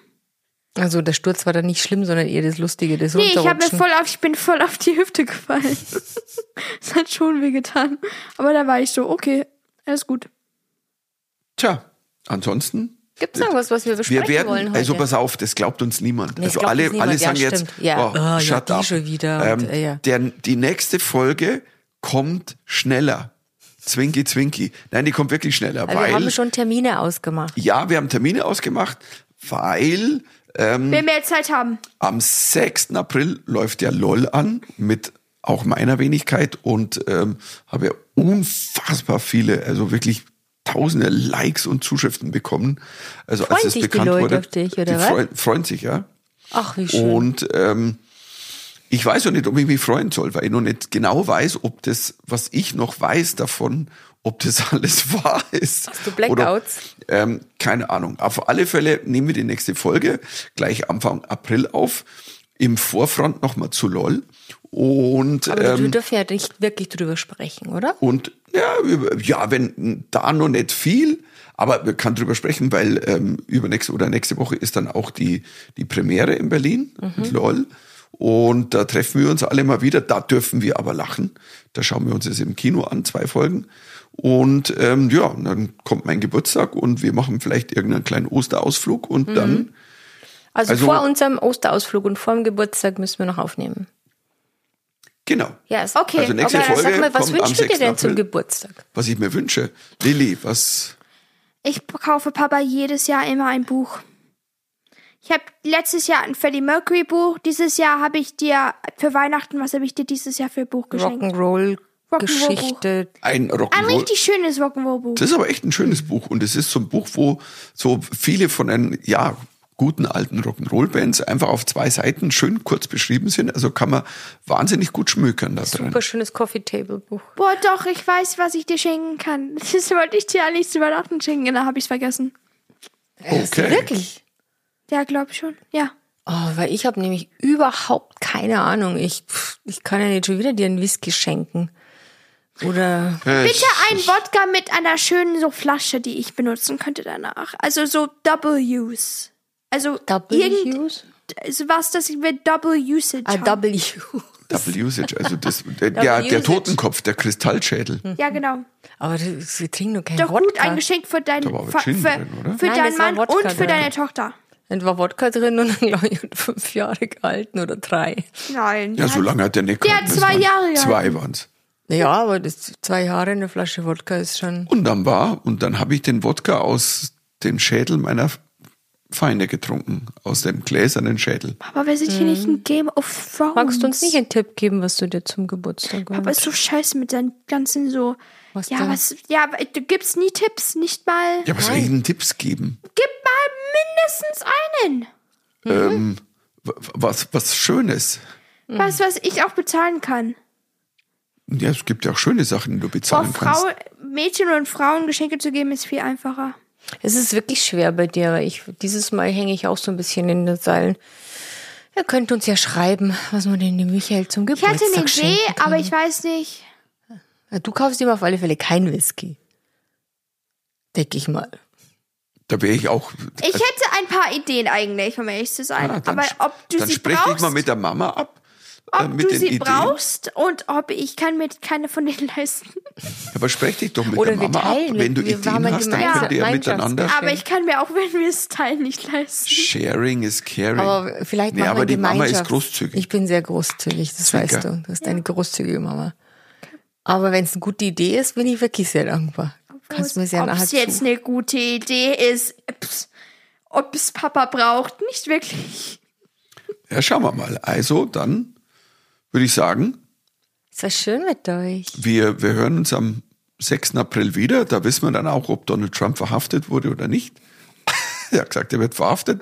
Speaker 3: Also der Sturz war dann nicht schlimm, sondern eher das Lustige, das
Speaker 2: Nee, ich habe mir
Speaker 3: Runterrutschen.
Speaker 2: voll auf, ich bin voll auf die Hüfte gefallen. das hat schon weh getan. Aber da war ich so, okay, alles gut.
Speaker 1: Tja, ansonsten.
Speaker 3: Gibt's noch was, was wir besprechen
Speaker 1: Wir werden,
Speaker 3: wollen heute?
Speaker 1: also pass auf, das glaubt uns niemand.
Speaker 3: Nee, das
Speaker 1: also
Speaker 3: glaubt
Speaker 1: alle,
Speaker 3: uns niemand.
Speaker 1: alle
Speaker 3: Ja,
Speaker 1: sagen jetzt,
Speaker 3: stimmt. Ja.
Speaker 1: oh,
Speaker 3: Oh, ja,
Speaker 1: shut
Speaker 3: die
Speaker 1: up.
Speaker 3: schon wieder und,
Speaker 1: ähm,
Speaker 3: äh, ja.
Speaker 1: der, die nächste Folge kommt schneller. Zwinki, zwinki. Nein, die kommt wirklich schneller,
Speaker 3: Aber Also
Speaker 1: weil,
Speaker 3: wir haben schon Termine ausgemacht.
Speaker 1: ja, wir haben Termine ausgemacht, weil
Speaker 2: Wenn wir jetzt Zeit haben.
Speaker 1: am 6. April läuft ja LOL an mit auch meiner Wenigkeit und ähm, habe ja unfassbar viele, also wirklich tausende Likes und Zuschriften bekommen. Also als
Speaker 3: Freuen
Speaker 1: es
Speaker 3: sich die
Speaker 1: bekannt
Speaker 3: Leute
Speaker 1: wurde,
Speaker 3: auf dich, oder
Speaker 1: die
Speaker 3: was?
Speaker 1: freuen, freuen sich, ja.
Speaker 3: Ach, wie schön.
Speaker 1: Und ähm, ich weiß noch nicht, ob ich mich freuen soll, weil ich noch nicht genau weiß, ob das, was ich noch weiß davon, ob das alles wahr ist.
Speaker 3: Hast du Blackouts?
Speaker 1: Oder, ähm, keine Ahnung. Auf alle Fälle nehmen wir die nächste Folge gleich Anfang April auf. Im Vorfront nochmal zu LOL. Und,
Speaker 3: Aber
Speaker 1: ähm,
Speaker 3: wir dürfen ja nicht wirklich drüber sprechen, oder?
Speaker 1: und ja, über, ja, wenn da noch nicht viel, aber wir kann drüber sprechen, weil ähm, übernächste oder nächste Woche ist dann auch die, die Premiere in Berlin mit LOL. Und da treffen wir uns alle mal wieder. Da dürfen wir aber lachen. Da schauen wir uns jetzt im Kino an, zwei Folgen. Und ähm, ja, und dann kommt mein Geburtstag und wir machen vielleicht irgendeinen kleinen Osterausflug und dann
Speaker 3: Also,
Speaker 1: Also-
Speaker 3: vor unserem Osterausflug und vor dem Geburtstag müssen wir noch aufnehmen.
Speaker 1: genau.
Speaker 3: Ja, ist
Speaker 2: Okay,
Speaker 1: Also nächste
Speaker 2: okay,
Speaker 3: dann
Speaker 1: Folge
Speaker 3: sag mal, was
Speaker 1: kommt am
Speaker 3: wünschst du dir
Speaker 1: 6.
Speaker 3: denn zum
Speaker 1: April.
Speaker 3: Geburtstag?
Speaker 1: Was ich mir wünsche, Lilly, was
Speaker 2: Ich kaufe Papa jedes Jahr immer ein Buch. Ich habe letztes Jahr ein Freddie Mercury Buch. Dieses Jahr habe ich dir für Weihnachten, was habe ich dir dieses Jahr für ein Buch geschenkt?
Speaker 3: Rock'n'Roll-Geschichte.
Speaker 1: Ein
Speaker 2: Ein
Speaker 1: Rock'n'Roll.
Speaker 2: richtig schönes Rock'n'Roll Buch.
Speaker 1: Das ist aber echt ein schönes Buch und es ist so ein Buch, wo so viele von den ja guten alten Rock'n'Roll-Bands einfach auf zwei Seiten schön kurz beschrieben sind. Also kann man wahnsinnig gut schmökern da drin.
Speaker 3: Super schönes Coffee-Table-Buch.
Speaker 2: Boah, doch, ich weiß, was ich dir schenken kann. Das wollte ich dir eigentlich zu Weihnachten schenken, da habe ich es vergessen.
Speaker 1: Okay.
Speaker 3: Äh, Wirklich?
Speaker 2: Ja, glaub ich schon. Ja.
Speaker 3: Oh, weil ich habe nämlich überhaupt keine Ahnung. Ich, pff, ich kann ja nicht schon wieder dir einen Whisky schenken. Oder
Speaker 2: Bitte ein Wodka mit einer schönen so Flasche, die ich benutzen könnte danach. Also so Double Use. Also irgend
Speaker 3: W's?
Speaker 2: also was, das wir Double Usage
Speaker 3: Ah,
Speaker 2: haben.
Speaker 3: W.
Speaker 1: Double Usage, also das, der, der,
Speaker 3: Usage.
Speaker 1: der Totenkopf, der Kristallschädel.
Speaker 2: ja, genau.
Speaker 3: Aber das, wir trinken nur keinen
Speaker 2: Doch
Speaker 3: Wodka.
Speaker 2: gut, ein Geschenk für deinen
Speaker 1: Da war aber
Speaker 2: für,
Speaker 1: Gin
Speaker 2: für,
Speaker 1: drin, oder?
Speaker 2: für
Speaker 3: Nein,
Speaker 2: deinen
Speaker 3: das war
Speaker 2: Mann
Speaker 3: Wodka
Speaker 2: und für
Speaker 3: drin.
Speaker 2: deine Tochter.
Speaker 3: Dann war Wodka drin und dann, glaube ich, fünf Jahre gehalten oder drei.
Speaker 2: Nein.
Speaker 1: Ja, so lange hat der nicht
Speaker 2: Der
Speaker 1: gehalten.
Speaker 2: hat
Speaker 1: Das
Speaker 2: zwei
Speaker 1: waren-
Speaker 2: Jahre
Speaker 1: Zwei waren's.
Speaker 3: Ja, aber das, zwei Jahre eine Flasche Wodka ist schon.
Speaker 1: Und dann war, und dann habe ich den Wodka aus dem Schädel meiner Feinde getrunken. Aus dem gläsernen Schädel.
Speaker 2: Aber wir sind hier nicht ein Game of Thrones.
Speaker 3: Mhm. Magst du uns nicht einen Tipp geben, was du dir zum Geburtstag
Speaker 2: Aber
Speaker 3: wünschst?
Speaker 2: ist so scheiße mit deinen ganzen so.
Speaker 3: Was
Speaker 2: ja,
Speaker 3: denn?
Speaker 2: was. Ja, aber du gibst nie Tipps, nicht mal.
Speaker 1: Ja, was soll ich denn Tipps geben?
Speaker 2: Gib mal mindestens einen.
Speaker 1: Ähm, w- w- was, was Schönes. Mhm.
Speaker 2: Was, was ich auch bezahlen kann.
Speaker 1: Ja, es gibt ja auch schöne Sachen, die du
Speaker 2: Boah,
Speaker 1: bezahlen kannst.
Speaker 2: Frauen, Mädchen und Frauen Geschenke zu geben, ist viel einfacher.
Speaker 3: Es ist wirklich schwer bei dir, weil ich dieses Mal hänge ich auch so ein bisschen in den Seilen. Ihr könnt uns ja schreiben, was man denn dem Michael zum
Speaker 2: Ich hatte
Speaker 3: Geburtstag
Speaker 2: eine Idee,
Speaker 3: schenken kann.
Speaker 2: aber ich weiß nicht.
Speaker 3: Du kaufst ihm auf alle Fälle keinen Whisky. Denke ich mal.
Speaker 1: Da wäre ich auch.
Speaker 2: Ich hätte ein paar Ideen eigentlich, um ehrlich zu sein.
Speaker 1: Also Ah,
Speaker 2: aber
Speaker 1: sch-
Speaker 2: ob du
Speaker 1: dann
Speaker 2: sie
Speaker 1: sprich dich
Speaker 2: brauchst,
Speaker 1: mal mit der Mama ab. äh,
Speaker 2: ob
Speaker 1: mit
Speaker 2: du
Speaker 1: den
Speaker 2: sie
Speaker 1: Ideen.
Speaker 2: brauchst und ob ich kann mir keine von denen leisten.
Speaker 1: Aber sprech dich doch mit
Speaker 3: Oder
Speaker 1: der
Speaker 3: wir
Speaker 1: Mama
Speaker 3: teilen,
Speaker 1: ab. Wenn du
Speaker 3: wir
Speaker 1: Ideen
Speaker 3: waren
Speaker 1: hast, dann
Speaker 3: gemeinsam-
Speaker 1: könnt ihr
Speaker 3: Gemeinschafts-
Speaker 1: miteinander.
Speaker 3: Ah.
Speaker 2: Aber ich kann mir auch, wenn wir es teilen, nicht leisten.
Speaker 1: Sharing is caring.
Speaker 3: Aber vielleicht
Speaker 1: Nee,
Speaker 3: machen wir
Speaker 1: aber die Mama ist
Speaker 3: Gemeinschafts-
Speaker 1: großzügig.
Speaker 3: Ich bin sehr großzügig, das
Speaker 1: Zwinker.
Speaker 3: weißt du. Das ist eine großzügige Mama. Aber wenn es eine gute Idee ist, bin ich wirklich sehr dankbar. Kannst mir sehr
Speaker 2: Ob
Speaker 3: nachher
Speaker 2: es jetzt
Speaker 3: zu.
Speaker 2: eine gute Idee ist, pss, ob es Papa braucht, nicht wirklich.
Speaker 1: Ja, schauen wir mal. Also, dann würde ich sagen,
Speaker 3: Es war schön mit euch.
Speaker 1: wir, wir hören uns am 6. April wieder. Da wissen wir dann auch, ob Donald Trump verhaftet wurde oder nicht. er hat gesagt, er wird verhaftet.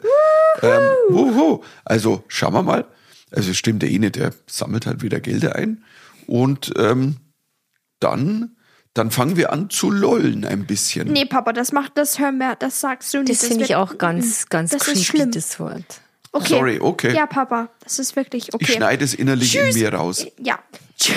Speaker 1: Ähm, wuhu. Also schauen wir mal. Also stimmt er eh nicht, er sammelt halt wieder Gelder ein. Und ähm, dann, dann fangen wir an zu lollen ein bisschen.
Speaker 2: Nee, Papa, das macht, das hören wir, das sagst du nicht.
Speaker 3: Das, finde
Speaker 2: wird-
Speaker 3: ich auch ganz, ganz
Speaker 2: Das ist
Speaker 3: creepy,
Speaker 2: schlimm.
Speaker 3: das Wort.
Speaker 2: Okay.
Speaker 1: Sorry, okay.
Speaker 2: Ja, Papa, das ist wirklich okay.
Speaker 1: Ich schneide es innerlich
Speaker 2: Tschüss.
Speaker 1: in mir raus.
Speaker 2: Ja. Tschü-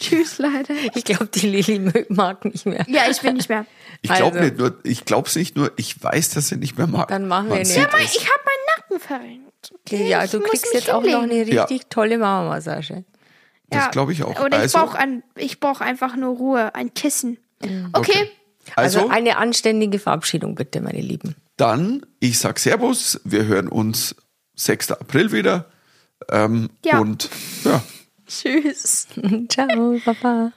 Speaker 2: Tschüss, leider.
Speaker 3: Ich glaube, die Lilly mö- mag nicht mehr.
Speaker 2: Ja, ich will nicht mehr.
Speaker 1: Ich glaube
Speaker 3: Also.
Speaker 1: nicht nur, ich glaube es nicht nur, ich weiß, dass er nicht mehr mag.
Speaker 3: Dann machen wir
Speaker 1: Man
Speaker 3: eine-
Speaker 1: sieht
Speaker 3: Ja,
Speaker 2: Mein-
Speaker 1: es.
Speaker 2: Ich habe meinen Nacken verrenkt.
Speaker 3: Ja,
Speaker 2: Ich
Speaker 3: du
Speaker 2: muss
Speaker 3: kriegst
Speaker 2: mich
Speaker 3: jetzt auch noch eine
Speaker 2: hinlegen.
Speaker 1: Ja.
Speaker 3: richtig tolle Mama-Massage.
Speaker 1: Das glaube ich auch.
Speaker 2: Oder ich
Speaker 1: Also-
Speaker 2: brauche ein, ich brauch einfach nur Ruhe, ein Kissen.
Speaker 3: Mhm.
Speaker 2: Okay.
Speaker 3: Also,
Speaker 1: also
Speaker 3: eine anständige Verabschiedung bitte, meine Lieben.
Speaker 1: Dann, ich sag Servus, wir hören uns 6. April wieder. Ähm,
Speaker 2: Ja.
Speaker 1: Und ja.
Speaker 2: Tschüss.
Speaker 3: Ciao, Papa.